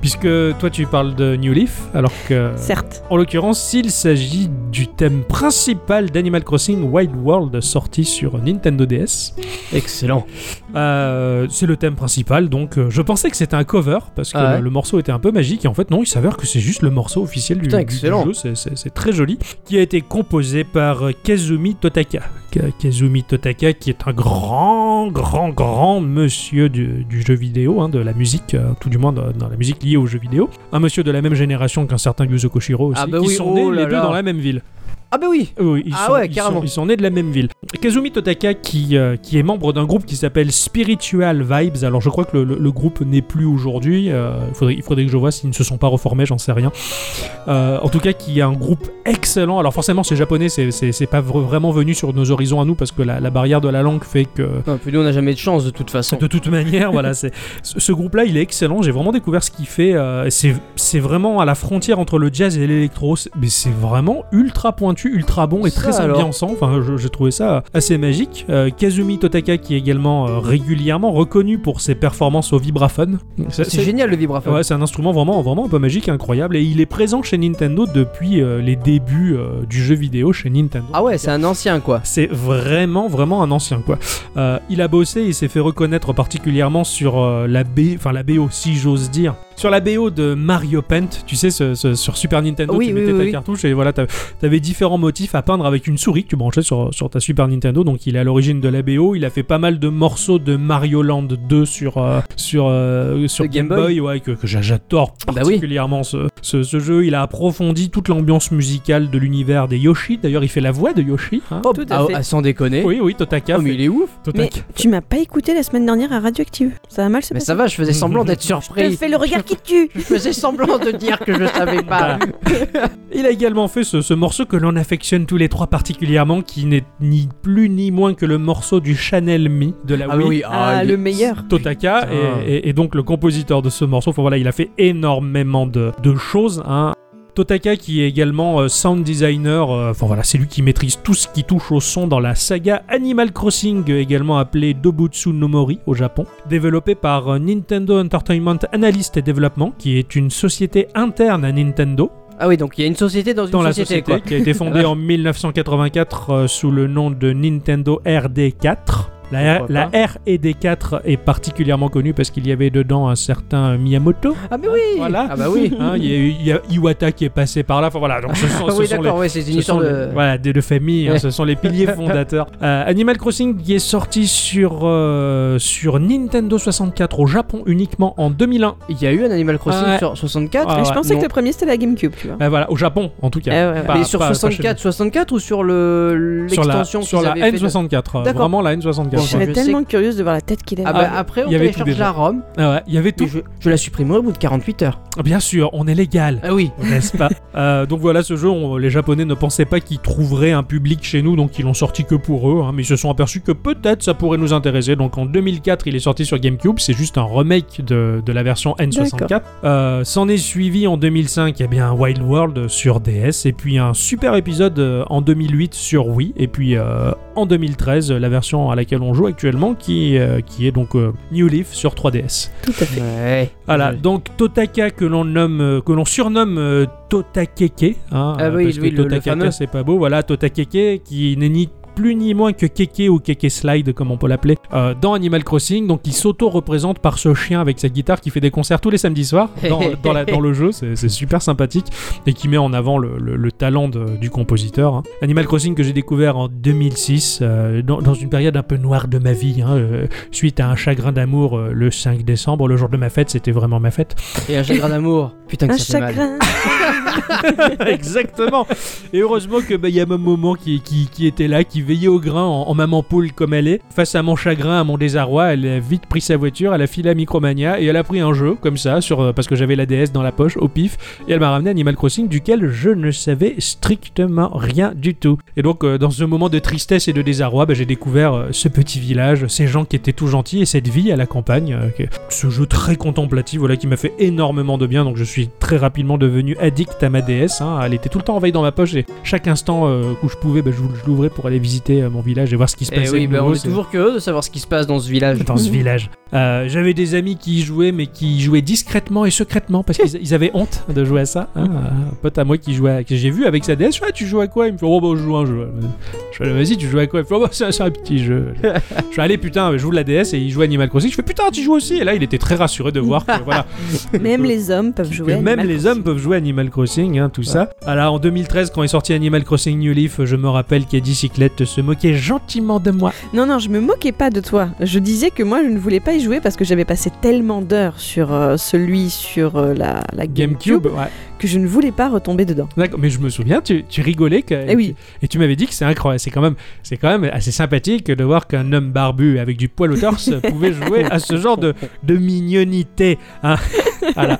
S1: Puisque toi tu parles de New Leaf, alors que
S3: Certes.
S1: en l'occurrence s'il s'agit du thème principal d'Animal Crossing Wild World sorti sur Nintendo DS,
S2: Excellent.
S1: euh, c'est le thème principal. Donc euh, je pensais que c'était un cover parce que
S2: Ah ouais.
S1: le, le morceau était un peu magique et en fait non, il s'avère que c'est juste le morceau officiel du,
S2: Putain,
S1: du- du
S2: excellent.
S1: jeu. C'est- C'est c'est très joli, qui a été composé par euh, Kazumi Totaka. Ka- Kazumi Totaka, qui est un grand, grand, grand monsieur du, du jeu vidéo, hein, de la musique, euh, tout du moins dans, dans la musique liée aux jeux vidéo. Un monsieur de la même génération qu'un certain Yuzo Koshiro aussi,
S2: Ah bah
S1: qui
S2: oui,
S1: sont
S2: oh
S1: nés
S2: là
S1: les deux
S2: là.
S1: dans la même ville.
S2: Ah bah oui.
S1: Oui, ils
S2: Ah
S1: sont,
S2: ouais,
S1: ils
S2: carrément.
S1: sont- Ils sont nés de la même ville. Kazumi Totaka, qui, euh, qui est membre d'un groupe qui s'appelle Spiritual Vibes. Alors, je crois que le, le- le groupe n'est plus aujourd'hui. Euh, il, faudrait, il faudrait que je vois s'ils ne se sont pas reformés, j'en sais rien. Euh, en tout cas, qui est un groupe excellent. Alors, forcément, c'est japonais, c'est- c'est c'est pas vr- vraiment venu sur nos horizons à nous parce que la, la barrière de la langue fait que
S2: Non, puis nous on n'a jamais de chance de toute façon.
S1: de toute manière, voilà, c'est ce ce groupe-là, il est excellent. J'ai vraiment découvert ce qu'il fait. euh, c'est c'est vraiment à la frontière entre le jazz et l'électro, c'est- mais c'est vraiment ultra pointu, ultra bon et
S2: Ça
S1: très
S2: alors.
S1: ambiançant. Enfin, je- j'ai trouvé ça assez magique. Euh, Kazumi Totaka, qui est également euh, régulièrement reconnu pour ses performances au vibraphone. Ça,
S2: C'est génial le vibraphone.
S1: Ouais, c'est un instrument vraiment, vraiment un peu magique, incroyable, et il est présent chez Nintendo depuis euh, les débuts euh, du jeu vidéo chez Nintendo.
S2: ah ouais, c'est un ancien quoi.
S1: C'est vraiment, vraiment un ancien, quoi. Euh, il a bossé, il s'est fait reconnaître particulièrement sur euh, la B, enfin la BO, si j'ose dire. Sur la BO de Mario Paint, tu sais, ce- ce- sur Super Nintendo,
S2: Oui,
S1: tu
S2: oui,
S1: mettais
S2: oui,
S1: ta
S2: oui.
S1: cartouche et voilà, t'as- t'avais différents motifs à peindre avec une souris que tu branchais sur, sur ta Super Nintendo. Donc il est à l'origine de la BO, il a fait pas mal de morceaux de Mario Land 2 sur, euh, sur, euh, sur
S2: Le Game
S1: Game, Boy, ouais, que, que j'a- j'adore
S2: Bah oui.
S1: particulièrement ce, ce- ce jeu. Il a approfondi toute l'ambiance musicale de l'univers des Yoshi. D'ailleurs, il fait la voix de Yoshi. hein.
S2: Oh,
S3: Tout à
S2: ah,
S3: fait.
S2: ah, sans déconner.
S1: Oui, oui, Totaka.
S2: Oh, mais
S1: fait-
S2: il est ouf.
S1: Totaka.
S3: Mais tu m'as pas écouté la semaine dernière à Radioactive. Ça a mal se
S2: Mais
S3: passer.
S2: ça va, je faisais semblant d'être
S3: Je te
S2: surpris.
S3: fais le regard qui tue.
S2: Je faisais semblant de dire que je savais pas.
S1: Ah, bah Il a également fait ce, ce morceau que l'on affectionne tous les trois particulièrement, qui n'est ni plus ni moins que le morceau du Chanel Me de la
S2: Ah
S1: Wii.
S2: oui,
S3: Ah,
S2: il-
S3: le meilleur.
S1: Totaka
S2: Putain.
S1: et, et- et donc le compositeur de ce morceau. Enfin voilà, il a fait énormément de, de choses. hein. Totaka qui est également euh, sound designer. euh, Enfin voilà, c'est lui qui maîtrise tout ce qui touche au son dans la saga Animal Crossing, euh, également appelée Dobutsu no Mori au Japon, développée par euh, Nintendo Entertainment Analyst et Development, qui est une société interne à Nintendo
S2: Ah oui, donc il y a une société dans une
S1: dans la
S2: société,
S1: société
S2: quoi.
S1: qui a été fondée en 1984 euh, sous le nom de Nintendo RD4. La, R-
S2: Pourquoi
S1: la RD4 est particulièrement connue parce qu'il y avait dedans un certain Miyamoto.
S2: Ah mais oui.
S1: Voilà.
S2: Ah bah oui.
S1: Hein, il, y a, eu- il y a Iwata qui est passé par là. Enfin voilà, donc ce sont,
S2: Ah
S1: ce
S2: oui,
S1: sont les,
S2: d'accord, ouais, c'est une
S1: ce sont
S2: histoire
S1: les-
S2: de.
S1: voilà, de, de famille, hein,
S2: Ouais.
S1: ce sont les piliers fondateurs. Euh, Animal Crossing qui est sorti sur, euh, sur Nintendo 64 au Japon uniquement en 2001.
S2: Il y a eu un Animal Crossing
S1: Ouais.
S2: sur 64
S1: Ah
S3: je
S1: ouais,
S3: pensais
S2: non.
S3: que le premier c'était la GameCube, tu vois.
S1: Ben voilà, au Japon en tout cas.
S2: Euh,
S3: Eh ouais, ouais.
S1: Pas-
S2: Mais sur
S1: pas- pas chez nous.
S2: 64, 64 ou sur le
S1: sur la,
S2: l'extension
S1: sur
S2: qu'ils
S1: la
S2: avaient fait de-
S1: N64, euh,
S2: D'accord.
S1: vraiment la N64.
S2: moi.
S3: Je
S2: Enfin,
S3: serais
S2: sais
S3: tellement curieuse de voir la tête qu'il a.
S2: Ah bah,
S1: Ah,
S2: après, on
S1: il y avait tout
S2: télécharge
S1: déjà.
S2: la ROM,
S1: Ah ouais, il y avait tout.
S2: mais je, je la supprimerai au bout de 48 heures.
S1: Bien sûr, on est légal.
S2: Ah oui.
S1: N'est-ce pas Euh, Donc voilà, ce jeu, on- les Japonais ne pensaient pas qu'ils trouveraient un public chez nous, donc ils l'ont sorti que pour eux. hein, mais ils se sont aperçus que peut-être ça pourrait nous intéresser. Donc en 2004, il est sorti sur GameCube. C'est juste un remake de, de la version N64. Euh, S'en est suivi en 2005, eh bien Wild World sur DS, et puis un super épisode euh, en 2008 sur Wii, et puis euh, en 2013 la version à laquelle on joue actuellement, qui, euh, qui est donc euh, New Leaf sur 3DS.
S2: ah,
S3: Tout à fait.
S2: Ouais.
S1: Voilà,
S2: Oui.
S1: donc Totaka que l'on nomme, euh, que l'on surnomme euh, Totakeke, hein,
S2: Ah
S1: euh,
S2: oui,
S1: parce
S2: oui,
S1: que
S2: le- le
S1: Totakaka,
S2: fameux.
S1: c'est pas beau. Voilà, Totakeke qui n'est ni plus ni moins que Keke ou Keke Slide comme on peut l'appeler euh, dans Animal Crossing. Donc il s'auto-représente par ce chien avec sa guitare qui fait des concerts tous les samedis soirs dans, dans la- dans le jeu. C'est c'est super sympathique et qui met en avant le, le- le talent de- du compositeur. hein. Animal Crossing que j'ai découvert en 2006 euh, dans, dans une période un peu noire de ma vie. hein, euh, suite à un chagrin d'amour euh, le 5 décembre, le jour de ma fête, c'était vraiment ma fête.
S2: Et un chagrin d'amour. Putain, que
S3: Un
S2: ça fait mal.
S3: chagrin.
S1: Exactement. Et heureusement que bah, il y a ma maman qui, qui, qui était là, qui veillait au grain en, en maman poule comme elle est. Face à mon chagrin, à mon désarroi, elle a vite pris sa voiture, elle a filé à Micromania et elle a pris un jeu comme ça sur euh, parce que j'avais la DS dans la poche au pif et elle m'a ramené Animal Crossing duquel je ne savais strictement rien du tout. Et donc euh, dans ce moment de tristesse et de désarroi, bah, j'ai découvert euh, ce petit village, ces gens qui étaient tout gentils et cette vie à la campagne, euh, qui- ce jeu très contemplatif, voilà, qui m'a fait énormément de bien. Donc je suis très rapidement devenu addict à ma DS. hein. Elle était tout le temps envahie dans ma poche et chaque instant euh, où je pouvais, bah, je, je l'ouvrais pour aller visiter euh, mon village et voir ce qui se
S2: Eh
S1: passait.
S2: oui,
S1: de
S2: bah,
S1: nouveau.
S2: on est
S1: C'est-
S2: toujours curieux de savoir ce qui se passe dans ce village.
S1: dans
S3: Mhm.
S1: ce village. Euh, J'avais des amis qui y jouaient, mais qui y jouaient discrètement et secrètement parce qu'ils ils avaient honte de jouer à ça. hein.
S3: Mhm.
S1: un pote à moi qui jouait, à- que j'ai vu avec sa DS, je fais, ah, tu joues à quoi Il me fait, oh bah, je joue à un jeu. Je fais, vas-y, tu joues à quoi Il me fait, oh bah, c'est un- c'est un petit jeu. je fais, allez, putain, je joue de la DS et il joue à Animal Crossing. Je fais, putain, tu joues aussi. Et là, il était très rassuré de voir que voilà.
S3: Même les hommes peuvent
S1: Que
S3: jouer. à
S1: même
S3: Animal
S1: les hommes peuvent jouer à Animal Crossing, hein, tout ça. Alors en 2013, quand est sorti Animal Crossing New Leaf, je me rappelle qu'Eddie Cyclette se moquait gentiment de moi.
S3: Non, non, je me moquais pas de toi. Je disais que moi, je ne voulais pas y jouer parce que j'avais passé tellement d'heures sur euh, celui sur euh, la, la GameCube,
S1: GameCube, ouais.
S3: que je ne voulais pas retomber dedans.
S1: D'accord, mais je me souviens, tu, tu rigolais que,
S3: Eh oui.
S1: et tu m'avais dit que c'est incroyable, c'est quand même, c'est quand même assez sympathique de voir qu'un homme barbu avec du poil au torse pouvait jouer à ce genre de, de mignonité. hein. Voilà.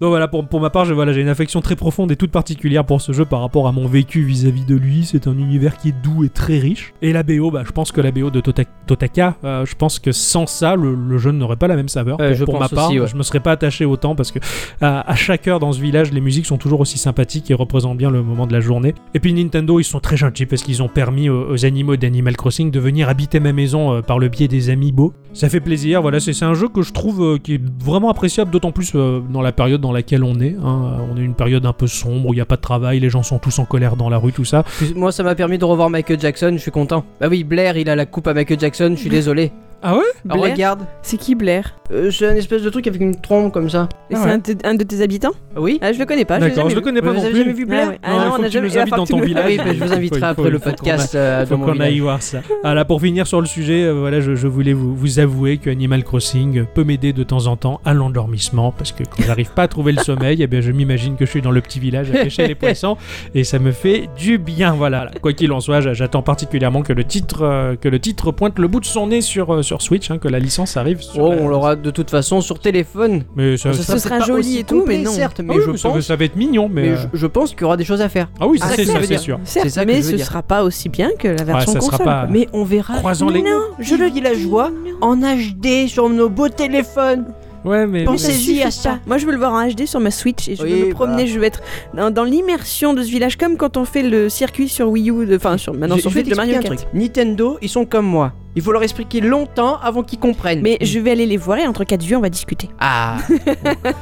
S1: Donc voilà, pour, pour ma part, je- voilà, j'ai une affection très profonde et toute particulière pour ce jeu par rapport à mon vécu vis-à-vis de lui. C'est un univers qui est doux et très riche. Et la BO, bah, je pense que la BO de Tota- Totaka, euh, je pense que sans ça, le, le jeu n'aurait pas la même saveur.
S2: Ouais,
S1: pour
S2: Euh, je
S1: pour
S2: pense
S1: ma part,
S2: aussi, ouais.
S1: je me serais pas attaché autant parce que à, à chaque heure dans ce village, les musiques sont toujours aussi sympathiques et représentent bien le moment de la journée. Et puis Nintendo, ils sont très gentils parce qu'ils ont permis aux, aux animaux d'Animal Crossing de venir habiter ma maison euh, par le biais des amis beaux. Ça fait plaisir, voilà, c'est c'est un jeu que je trouve euh, qui est vraiment appréciable, d'autant plus euh, dans la période dans laquelle on est. hein. Euh, On est une période un peu sombre, où il n'y a pas de travail, les gens sont tous en colère dans la rue, tout ça.
S2: Puis, Moi, ça m'a permis de revoir Michael Jackson, je suis content. Bah oui, Blair, il a la coupe à Michael Jackson, je suis désolé.
S1: Ah ouais
S2: Alors,
S3: Blair
S2: regarde,
S3: C'est qui Blair
S2: euh, c'est un espèce de truc avec une trompe comme ça.
S3: Et
S1: Ah
S3: C'est
S1: ouais.
S3: un, de- un de tes habitants
S2: Ah Oui
S3: Ah, je le connais pas. l'ai
S1: D'accord,
S3: jamais
S1: je le
S3: vu.
S1: connais pas
S2: Vous
S1: non
S2: avez
S1: plus.
S2: jamais vu Blair
S3: Ah ouais. Ah non,
S1: faut
S3: on
S1: que
S3: a
S1: tu
S3: jamais.
S1: nous
S3: et
S1: invites
S3: alors,
S1: dans
S3: tu
S1: ton
S3: me-
S1: village.
S2: Ah oui, bah, je vous
S1: Il
S2: inviterai
S1: faut-
S2: après
S1: il
S2: le
S1: faut qu'on
S2: podcast euh,
S1: Faut
S2: dans mon
S1: qu'on aille
S2: village.
S1: voir ça. Voilà, pour finir sur le sujet, euh, voilà, je, je voulais vous, vous avouer que Animal Crossing peut m'aider de temps en temps à l'endormissement parce que quand j'arrive pas à trouver le sommeil, eh bien, je m'imagine que je suis dans le petit village à pêcher les poissons et ça me fait du bien. Voilà. Quoi qu'il en soit, j'a- j'attends particulièrement que le titre euh, que le titre pointe le bout de son nez sur euh, sur Switch, hein, que la licence arrive. Sur
S2: Oh,
S1: la-
S2: on l'aura de toute façon sur téléphone.
S1: Mais ça,
S2: Ça
S1: ça-
S3: sera
S2: peut-être pas
S3: joli
S2: aussi
S3: et tout, mais
S2: complet,
S3: non.
S2: certes, mais
S1: Ah oui,
S2: je
S1: mais ça, va-
S2: pense,
S1: ça va être mignon, mais,
S2: mais
S1: euh,
S2: je, je pense qu'il y aura des choses à faire.
S1: ah oui, ça
S2: Ah,
S1: c'est
S2: ça,
S1: ça,
S2: veut
S1: c'est
S2: dire-
S1: sûr.
S3: Certes,
S2: C'est ça que
S3: mais
S2: je veux
S3: ce
S2: dire.
S3: sera pas aussi bien que la version
S1: ça sera
S3: console.
S1: pas-
S2: Mais on verra.
S1: Croisons les.
S3: Non,
S2: Je le villageois en HD sur nos beaux téléphones.
S1: Ouais, mais
S2: Pensez-
S3: Ça
S2: Pensez-y
S3: suffit
S2: à ça.
S3: pas. Moi, je veux le voir en HD sur ma Switch et je
S2: Oui,
S3: veux me promener.
S2: bah.
S3: Je veux être dans, dans l'immersion de ce village, comme quand on fait le circuit sur Wii U, de- enfin sur maintenant
S2: Je-
S3: sur
S2: je vais
S3: Switch de Mario
S2: t'expliquer un
S3: Kart.
S2: truc. Nintendo, ils sont comme moi. Il faut leur expliquer longtemps avant qu'ils comprennent.
S3: Mais je vais aller les voir et entre quatre vues, on va discuter.
S2: Ah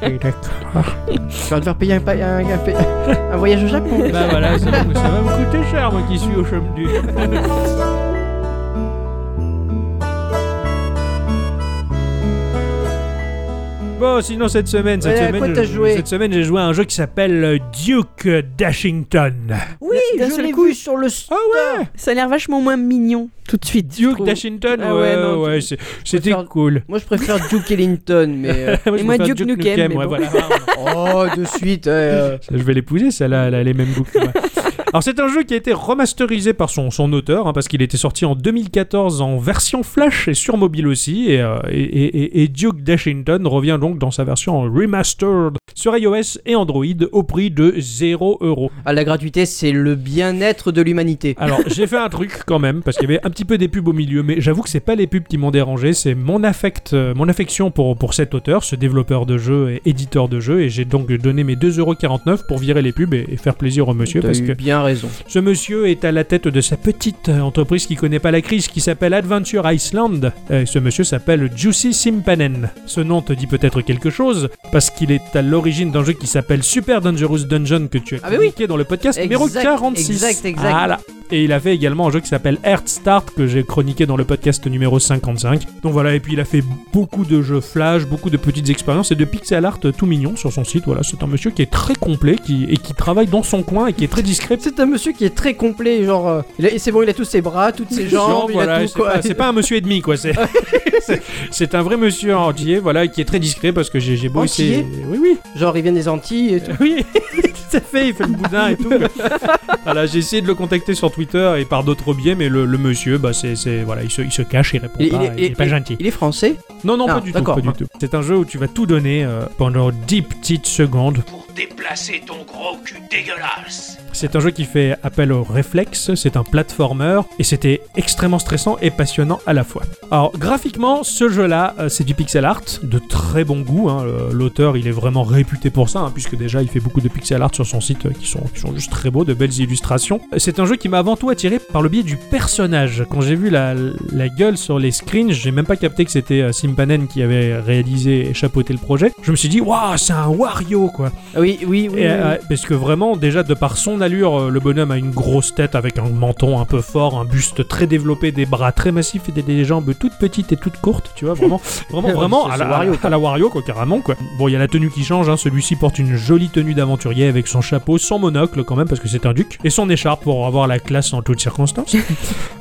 S1: mais-
S2: Tu vas devoir payer un, pa- un- un- un voyage au Japon.
S1: Bah voilà, ça, va- ça va me coûter cher, moi qui suis au chôme du. Bon, sinon cette semaine, cette
S2: Ouais, à quoi
S1: semaine,
S2: t'as
S1: je-
S2: joué
S1: cette semaine, j'ai joué à un jeu qui s'appelle euh, Duke Dashington.
S3: Oui, d'un
S2: je
S3: seul
S2: l'ai
S3: coup,
S2: vu sur le store.
S3: ça a l'air vachement moins mignon tout de suite. je
S1: Duke
S3: trouve.
S1: Dashington,
S3: Ah
S1: ouais,
S3: ouais,
S1: ouais,
S3: non, tu-
S1: c'est- c'était
S2: faire-
S1: cool.
S2: Moi, je préfère Duke Ellington, mais. euh,
S1: Moi, je
S3: Et moi,
S1: préfère
S3: Duke Nukem, mais
S1: ouais,
S3: bon.
S1: voilà.
S2: Oh, de suite. euh,
S1: Ça, Je vais l'épouser, celle-là, elle a les mêmes goûts que moi. Alors c'est un jeu qui a été remasterisé par son, son auteur, hein, parce qu'il était sorti en 2014 en version flash et sur mobile aussi, et, euh, et- et- et Duke Dashington revient donc dans sa version remastered sur iOS et Android au prix de 0 euros.
S2: Ah, la gratuité, c'est le bien-être de l'humanité.
S1: Alors j'ai fait un truc quand même, parce qu'il y avait un petit peu des pubs au milieu, mais j'avoue que c'est pas les pubs qui m'ont dérangé, c'est mon, affect, euh, mon affection pour, pour cet auteur, ce développeur de jeu et éditeur de jeu, et j'ai donc donné mes 2,49€ pour virer les pubs et, et faire plaisir au monsieur,
S2: T'as
S1: parce
S2: eu
S1: que
S2: bien raison.
S1: ce monsieur est à la tête de sa petite euh, entreprise qui connaît pas la crise, qui s'appelle Adventure Iceland. Euh, ce monsieur s'appelle Juicy Simpanen. Ce nom te dit peut-être quelque chose, parce qu'il est à l'origine d'un jeu qui s'appelle Super Dangerous Dungeon que tu as
S2: Ah bah oui.
S1: chroniqué dans le podcast numéro
S2: Exact,
S1: 46.
S2: exact, exact.
S1: Voilà. Et il a fait également un jeu qui s'appelle Heartstart que j'ai chroniqué dans le podcast numéro 55. Donc voilà, et puis il a fait beaucoup de jeux flash, beaucoup de petites expériences et de pixel art tout mignon sur son site. Voilà, c'est un monsieur qui est très complet qui, et qui travaille dans son coin et qui est très discret.
S2: C'est un monsieur qui est très complet, genre. euh, il a- c'est bon, il a tous ses bras, toutes ses jambes, il
S1: voilà,
S2: a tout
S1: c'est
S2: quoi.
S1: pas- C'est pas un monsieur et demi, quoi. C'est c'est- c'est un vrai monsieur entier, voilà, qui est très discret parce que j'ai j'ai beau essayer. Oui, oui,
S2: Genre, il vient des Antilles et tout.
S1: oui, tout à fait, il fait le boudin et tout. voilà, j'ai essayé de le contacter sur Twitter et par d'autres biais, mais le, le monsieur, bah, c'est c'est- voilà, il se, il se cache, il répond
S2: Il-
S1: pas,
S2: il est-
S1: il est pas
S2: il-
S1: gentil.
S2: Il est français
S1: Non, non,
S2: Ah,
S1: pas du tout,
S2: d'accord.
S1: pas du tout. C'est un jeu où tu vas tout donner euh, pendant 10 petites secondes.
S4: pour déplacer ton gros cul dégueulasse.
S1: C'est un jeu qui fait appel au réflexe, c'est un platformer, et c'était extrêmement stressant et passionnant à la fois. Alors graphiquement, ce jeu-là, euh, c'est du pixel art, de très bon goût, hein. Le- l'auteur il est vraiment réputé pour ça, hein, puisque déjà il fait beaucoup de pixel art sur son site euh, qui sont, qui sont juste très beaux, de belles illustrations. C'est un jeu qui m'a avant tout attiré par le biais du personnage. Quand j'ai vu la, la gueule sur les screens, j'ai même pas capté que c'était euh, Simpanen qui avait réalisé et chapeauté le projet. Je me suis dit, waouh, c'est un Wario quoi
S2: Ah Oui, oui, oui. oui,
S1: et,
S2: oui.
S1: euh, parce que vraiment, déjà de par son allure, euh, le bonhomme a une grosse tête avec un menton un peu fort, un buste très développé, des bras très massifs et des, des jambes toutes petites et toutes courtes, tu vois, vraiment, vraiment, vraiment,
S2: C'est-
S1: à
S2: c'est
S1: la,
S2: Wario,
S1: Wario, à la Wario, quoi, carrément, quoi. Bon, il y a la tenue qui change, hein, celui-ci porte une jolie tenue d'aventurier avec son chapeau, son monocle quand même, parce que c'est un duc, et son écharpe pour avoir la classe en toutes circonstances.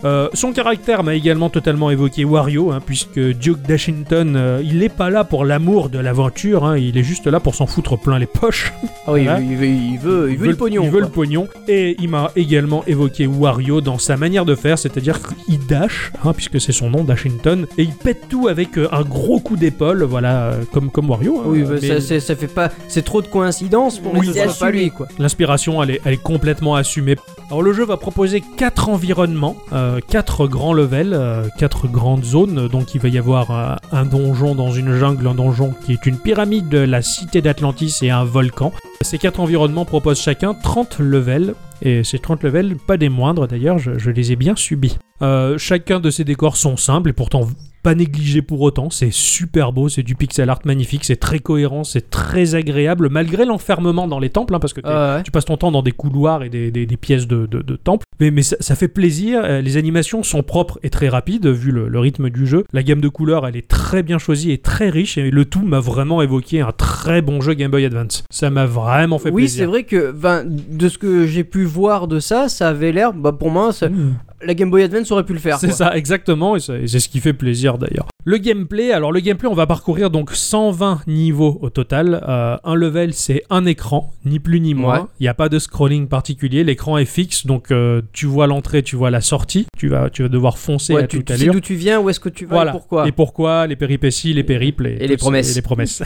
S1: Euh, son caractère m'a également totalement évoqué Wario, hein, puisque Duke Dashington, euh, il n'est pas là pour l'amour de l'aventure, hein, il est juste là pour s'en foutre plein les poches.
S2: Ah oui,
S1: voilà.
S2: il, veut, il, veut, il veut le pognon.
S1: Il veut
S2: quoi.
S1: le pognon. Et il m'a également évoqué Wario dans sa manière de faire, c'est-à-dire qu'il dash, hein, puisque c'est son nom, Dashington, et il pète tout avec euh, un gros coup d'épaule, voilà, euh, comme, comme Wario. hein,
S2: Oui, bah,
S1: mais
S2: ça, c'est- ça fait pas. C'est trop de coïncidences pour
S3: Oui,
S2: que ce
S3: c'est
S2: soit pas
S3: assumé.
S2: lui, quoi.
S1: L'inspiration, elle est, elle est complètement assumée. Alors le jeu va proposer quatre environnements, euh, quatre grands levels, euh, quatre grandes zones. Donc il va y avoir euh, un donjon dans une jungle, un donjon qui est une pyramide, la cité d'Atlantis et un volcan. Ces quatre environnements proposent chacun 30 levels. Et ces 30 levels, pas des moindres d'ailleurs, je, je les ai bien subis. Euh, chacun de ces décors sont simples et pourtant pas négligés pour autant. C'est super beau, c'est du pixel art magnifique, c'est très cohérent, c'est très agréable malgré l'enfermement dans les temples, hein, parce que t'es-
S2: Ah ouais.
S1: tu passes ton temps dans des couloirs et des, des- des pièces de, de, de temple. Mais, mais ça, ça fait plaisir. Euh, Les animations sont propres et très rapides, vu le, le rythme du jeu. La gamme de couleurs, elle est très bien choisie et très riche. Et le tout m'a vraiment évoqué un très bon jeu Game Boy Advance. Ça m'a vraiment fait
S2: Oui, c'est
S1: plaisir.
S2: vrai que ben, de ce que j'ai pu voir de ça, ça avait l'air. Bah, pour moi, ça-
S1: Mmh.
S2: la Game Boy Advance aurait pu le faire.
S1: C'est
S2: quoi.
S1: ça, exactement, et ça- et c'est ce qui fait plaisir d'ailleurs. Le gameplay, alors le gameplay, on va parcourir donc 120 niveaux au total. Euh, un level, c'est un écran, ni plus ni moins. Il
S2: Ouais.
S1: n'y a pas de scrolling particulier, l'écran est fixe, donc euh, tu vois l'entrée, tu vois la sortie, tu vas, tu vas devoir foncer
S2: Ouais,
S1: à
S2: tu,
S1: toute
S2: tu sais
S1: allure.
S2: d'où tu viens, où est-ce que tu vas, et
S1: Voilà.
S2: pourquoi.
S1: Les pourquoi, les péripéties, les périples et,
S2: les
S1: tout ça,
S2: promesses.
S1: et les promesses.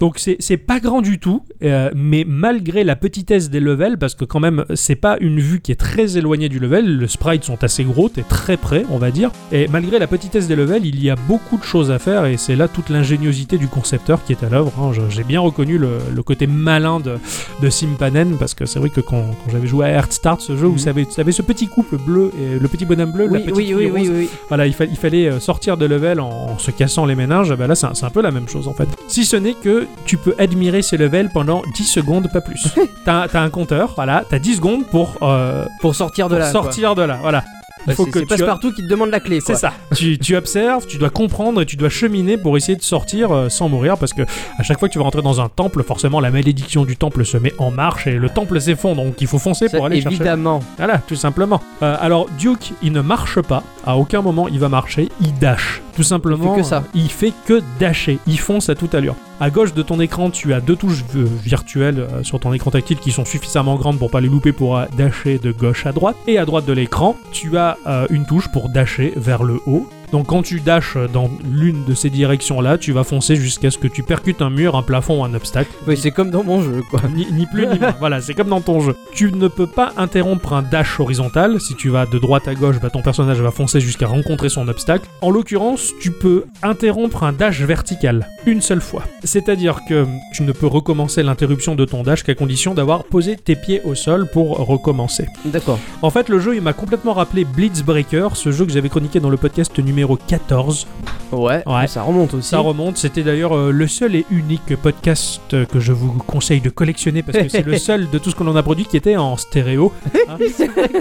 S1: Donc c'est c'est pas grand du tout, euh, mais malgré la petitesse des levels, parce que quand même c'est pas une vue qui est très éloignée du level, le sprites sont assez gros, t'es très près on va dire, et malgré la petitesse des levels, il y a beaucoup de choses à faire et c'est là toute l'ingéniosité du concepteur qui est à l'œuvre. hein. Je- J'ai bien reconnu le, le côté malin de, de Simpanen parce que c'est vrai que quand, quand j'avais joué à Heartstart, ce jeu où
S2: Mhm.
S1: ça avait, ça avait ce petit couple bleu, et le petit bonhomme bleu, la
S2: Oui,
S1: petite
S2: oui,
S1: fille
S2: oui,
S1: rose,
S2: oui, oui.
S1: voilà, il, fa- il fallait euh, sortir de level en, en se cassant les méninges. Bah là, c'est un, c'est un peu la même chose en fait. Si ce n'est que tu peux admirer ces levels pendant 10 secondes, pas plus. t'as t'as un compteur, voilà, t'as 10 secondes pour, euh,
S2: Pour sortir de
S1: pour
S2: là. quoi.
S1: sortir de là. Voilà.
S2: Bah, c'est- c'est
S1: tu a-
S2: Passepartout qui te demande la clé.
S1: c'est
S2: quoi.
S1: ça. tu, tu observes, tu dois comprendre et tu dois cheminer pour essayer de sortir euh, sans mourir parce que à chaque fois que tu vas rentrer dans un temple, forcément la malédiction du temple se met en marche et le temple s'effondre donc il faut foncer
S2: Ça,
S1: pour aller chercher.
S2: évidemment.
S1: Voilà, tout simplement. Euh, alors, Duke, il ne marche pas. à aucun moment il va marcher, il dash. Tout simplement,
S2: Il fait que ça.
S1: euh, il fait que dasher, il fonce à toute allure. À gauche de ton écran, tu as deux touches euh, virtuelles euh, sur ton écran tactile qui sont suffisamment grandes pour pas les louper pour euh, dasher de gauche à droite. Et à droite de l'écran, tu as euh, une touche pour dasher vers le haut. Donc quand tu dashes dans l'une de ces directions-là, tu vas foncer jusqu'à ce que tu percutes un mur, un plafond ou un obstacle.
S2: Oui, c'est comme dans mon jeu, quoi.
S1: Ni, ni plus ni moins. Voilà, c'est comme dans ton jeu. Tu ne peux pas interrompre un dash horizontal. Si tu vas de droite à gauche, bah, ton personnage va foncer jusqu'à rencontrer son obstacle. En l'occurrence, tu peux interrompre un dash vertical une seule fois. C'est-à-dire que tu ne peux recommencer l'interruption de ton dash qu'à condition d'avoir posé tes pieds au sol pour recommencer.
S2: D'accord.
S1: En fait, le jeu, il m'a complètement rappelé Blitzbreaker, ce jeu que j'avais chroniqué dans le podcast numéro 14.
S2: Ouais,
S1: Ouais.
S2: Ça remonte aussi.
S1: Ça remonte, c'était d'ailleurs euh, le seul et unique podcast euh, que je vous conseille de collectionner parce que c'est le seul de tout ce qu'on en a produit qui était en stéréo. hein.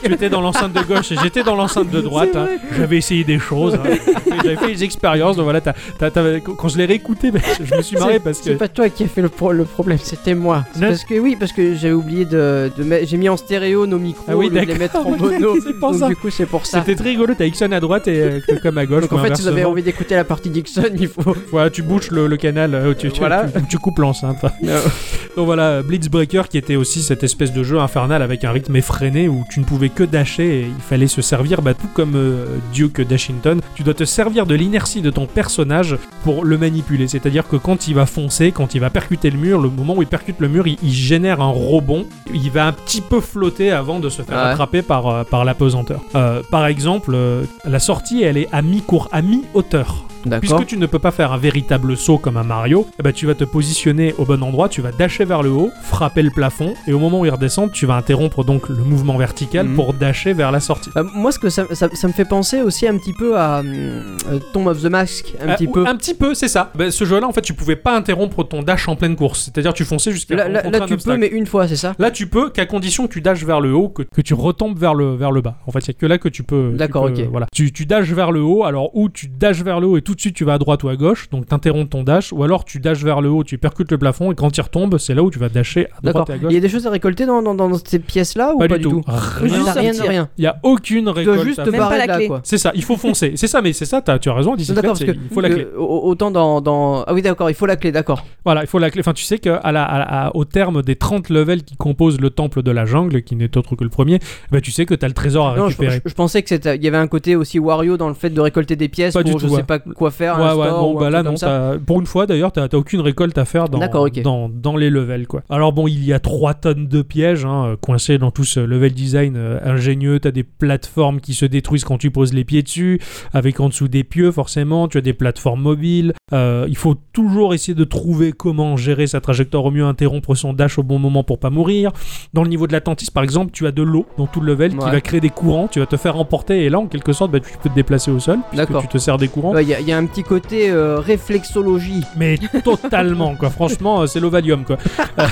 S1: tu étais dans l'enceinte de gauche et j'étais dans l'enceinte de droite.
S2: C'est
S1: hein. J'avais essayé des choses, hein. j'avais fait des expériences. Donc voilà, t'as- t'as- t'avais- quand je l'ai réécouté, mais je me suis marré parce
S2: C'est
S1: que.
S2: pas toi qui as fait le, pro- le problème, c'était moi. C'est
S1: Non.
S2: Parce que oui, parce que j'ai oublié de, de mettre- j'ai mis en stéréo nos micros,
S1: Ah oui,
S2: au lieu de les
S1: d'accord,
S2: mettre en
S1: oui,
S2: mono.
S1: c'est pour
S2: donc
S1: ça.
S2: du coup, c'est pour ça.
S1: C'était très rigolo, t'as Ixon à droite et euh, que- comme à gauche.
S2: Donc en
S1: ou
S2: fait, si vous avez
S1: inversement.
S2: envie d'écouter la partie Dixon, il faut.
S1: Voilà, tu bouches le, le canal, euh, tu, tu-
S2: Voilà.
S1: tu- tu coupes l'enceinte.
S2: Non.
S1: Donc voilà, Blitzbreaker qui était aussi cette espèce de jeu infernal avec un rythme effréné où tu ne pouvais que dasher et il fallait se servir, bah, tout comme euh, Duke Dashington, tu dois te servir de l'inertie de ton personnage pour le manipuler. C'est-à-dire que quand il va foncer, quand il va percuter le mur, le moment où il percute le mur, il, il génère un rebond, il va un petit peu flotter avant de se faire
S2: Ah ouais.
S1: attraper par, euh, par la pesanteur. Euh, par exemple, euh, la sortie, elle est à mi-court, à mi-hauteur.
S2: D'accord.
S1: Puisque tu ne peux pas faire un véritable saut comme un Mario, eh ben, tu vas te positionner au bon endroit, tu vas dasher vers le haut, frapper le plafond, et au moment où il redescend, tu vas interrompre donc le mouvement vertical
S2: Mhm.
S1: pour dasher vers la sortie.
S2: Euh, moi, ce que ça, ça- ça me fait penser aussi un petit peu à hum, euh, Tomb of the Mask, un
S1: Euh,
S2: petit
S1: ou-
S2: peu.
S1: Un petit peu, c'est ça. Ben, ce jeu-là, en fait, tu pouvais pas interrompre ton dash en pleine course. C'est-à-dire, tu fonçais jusqu'à
S2: Là, là-
S1: rencontrer
S2: là,
S1: un
S2: tu peux,
S1: obstacle.
S2: mais une fois, c'est ça
S1: Là, tu peux, qu'à condition que tu dashes vers le haut, que, que tu retombes vers le, vers le bas. En fait, il n'y a que là que tu peux. tu
S2: D'accord,
S1: peux-
S2: ok.
S1: Voilà. Tu, tu dashes vers le haut, alors ou tu dashes vers le haut et tout de suite tu vas à droite ou à gauche, donc t'interromps ton dash, ou alors tu dashes vers le haut, tu percutes le plafond et quand il retombe, c'est là où tu vas dasher à
S2: D'accord.
S1: droite et à
S2: Il
S1: gauche.
S2: y a des choses à récolter dans, dans, dans ces pièces-là ou pas, du tout,
S1: Ah, Rien.
S2: Juste
S3: Rien.
S2: rien de rien.
S1: Il n'y a aucune
S2: Tu dois
S1: récolte.
S2: juste
S1: à
S2: te
S1: faire.
S3: Même pas
S2: barrer
S3: la
S2: de là,
S3: clé.
S2: quoi.
S1: C'est ça, il faut foncer. C'est ça, mais c'est ça, t'as- tu as raison,
S2: Non,
S1: Discipline,
S2: D'accord, parce que
S1: c'est- il faut la
S2: le-
S1: clé.
S2: au- autant dans, dans. Ah oui, d'accord, il faut la clé, d'accord.
S1: Voilà, il faut la clé. Enfin, tu sais qu'au à la, à la- à- au terme des 30 levels qui composent le temple de la jungle, qui n'est autre que le premier, bah, tu sais que t'as le trésor à
S2: Non, je,
S1: récupérer.
S2: je- je pensais que c'était- il y avait un côté aussi Wario dans le fait de récolter des pièces
S1: Pas du
S2: pour je
S1: tout, ouais.
S2: sais pas quoi faire.
S1: Ouais,
S2: un
S1: ouais,
S2: store
S1: non,
S2: ou un
S1: bah
S2: truc
S1: là,
S2: comme
S1: non,
S2: ça.
S1: t'as- pour une fois d'ailleurs, t'as t'as aucune récolte à faire dans,
S2: D'accord, ok.
S1: dans, dans les levels, quoi. Alors bon, il y a 3 tonnes de pièges, hein, euh, coincés dans tout ce level design euh, ingénieux, t'as des plateformes qui se détruisent quand tu poses les pieds dessus, avec en dessous des pieux, forcément, tu as des plateformes mobiles, Euh, il faut toujours essayer de trouver comment gérer sa trajectoire au mieux, interrompre son dash au bon moment pour pas mourir. Dans le niveau de l'Atlantis, par exemple, tu as de l'eau dans tout le level qui
S2: Ouais.
S1: va créer des courants, tu vas te faire emporter, et là, en quelque sorte, bah, tu peux te déplacer au sol, puisque
S2: D'accord.
S1: tu te sers des courants.
S2: Ouais, Il y, a- il y a un petit côté euh, réflexologie.
S1: Mais totalement, quoi. Franchement, euh, c'est l'ovalium, quoi. Euh,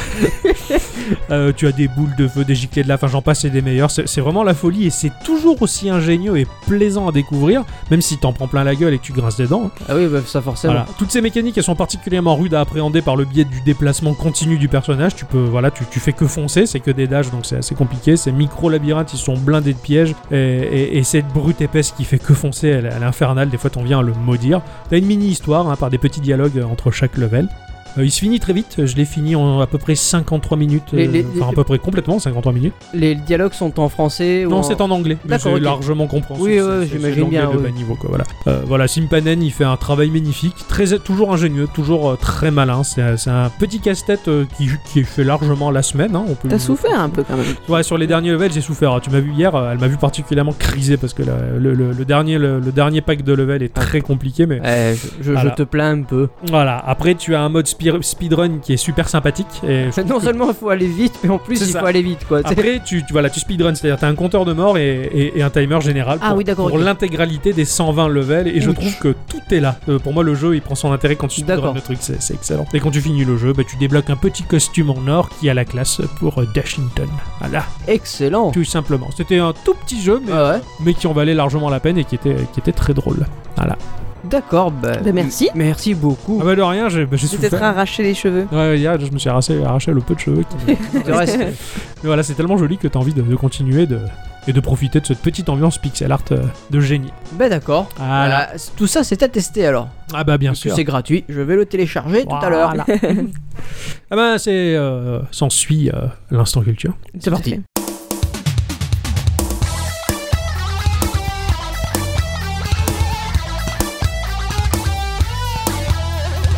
S1: euh, tu as des boules de feu, des giclées de la fin, j'en passe et des meilleurs. C'est c'est vraiment la folie et c'est toujours aussi ingénieux et plaisant à découvrir, même si t'en prends plein la gueule et que tu grinces des dents.
S2: Ah oui, bah, ça forcément.
S1: Voilà. Toutes ces mécaniques, elles sont particulièrement rudes à appréhender par le biais du déplacement continu du personnage. Tu peux, voilà, tu, tu fais que foncer, c'est que des dashs, donc c'est assez compliqué. Ces micro-labyrinthes, ils sont blindés de pièges. Et, et- et cette brute épaisse qui fait que foncer, elle, elle est infernale. Des fois, t'en viens à le maudire. T'as une mini-histoire hein, par des petits dialogues euh, entre chaque level. Euh, il se finit très vite, je l'ai fini en à peu près 53 minutes, euh,
S2: Les- les-
S1: enfin à peu près complètement 53 minutes.
S2: Les dialogues sont en français ou
S1: Non,
S2: en-
S1: c'est en anglais. mais C'est
S2: D'accord, ok.
S1: largement compréhensible.
S2: Oui,
S1: C'est-
S2: ouais,
S1: c'est-
S2: j'imagine
S1: c'est l'anglais
S2: bien,
S1: de
S2: oui.
S1: bas niveau, quoi. Voilà. Euh, voilà, Simpanen, il fait un travail magnifique, très, toujours ingénieux, toujours euh, très malin. C'est un- c'est un petit casse-tête euh, qui, qui est fait largement la semaine. hein, on peut
S3: T'as souffert un peu quand même.
S1: Ouais, sur les derniers levels, j'ai souffert. Tu m'as vu hier, euh, elle m'a vu particulièrement criser parce que la- le, le- le dernier, le, le dernier pack de level est très compliqué, mais
S2: Eh, je, je- je
S1: Voilà.
S2: te plains un peu.
S1: voilà. Après, tu as un mode speed- speedrun qui est super sympathique et je
S2: Non
S1: trouve que-
S2: seulement il faut aller vite, mais en plus
S1: C'est
S2: il
S1: ça. Ah.
S2: faut aller vite quoi. C'est-
S1: Après, tu, tu, voilà, tu speedrun, c'est-à-dire t'as un compteur de mort et, et- et un timer général pour,
S2: Ah oui, d'accord,
S1: pour
S2: ok.
S1: l'intégralité des 120 levels. Et je
S2: Ouch.
S1: trouve que tout est là. Euh, pour moi, le jeu, il prend son intérêt quand tu speedrun
S2: D'accord.
S1: le truc, c'est c'est excellent. Et quand tu finis le jeu, bah, tu débloques un petit costume en or qui a la classe pour euh, Dashington. Voilà,
S2: Excellent.
S1: tout simplement. C'était un tout petit jeu, mais,
S2: Ah ouais.
S1: mais qui en valait largement la peine et qui était, qui était très drôle. Voilà.
S2: D'accord. Bah,
S3: Bah, merci.
S2: Merci beaucoup.
S1: Ah bah de rien, j'ai bah, j'ai
S3: Tu t'es
S1: souffert.
S3: arraché les cheveux.
S1: Ouais, ouais, hier, je me suis arraché, arraché le peu de cheveux qui
S2: Du reste,
S1: Mais voilà, c'est tellement joli que t'as envie de, de continuer de, et de profiter de cette petite ambiance pixel art euh, de génie.
S2: Ben d'accord.
S1: Ah, là.
S2: Voilà, c- Tout ça, c'est à tester alors.
S1: Ah bah bien
S2: Parce que
S1: sûr.
S2: C'est gratuit. Je vais le télécharger tout à l'heure.
S1: Voilà. ah bah c'est euh, s'ensuit euh, l'instant culture.
S2: C'est parti.
S3: Tout à fait.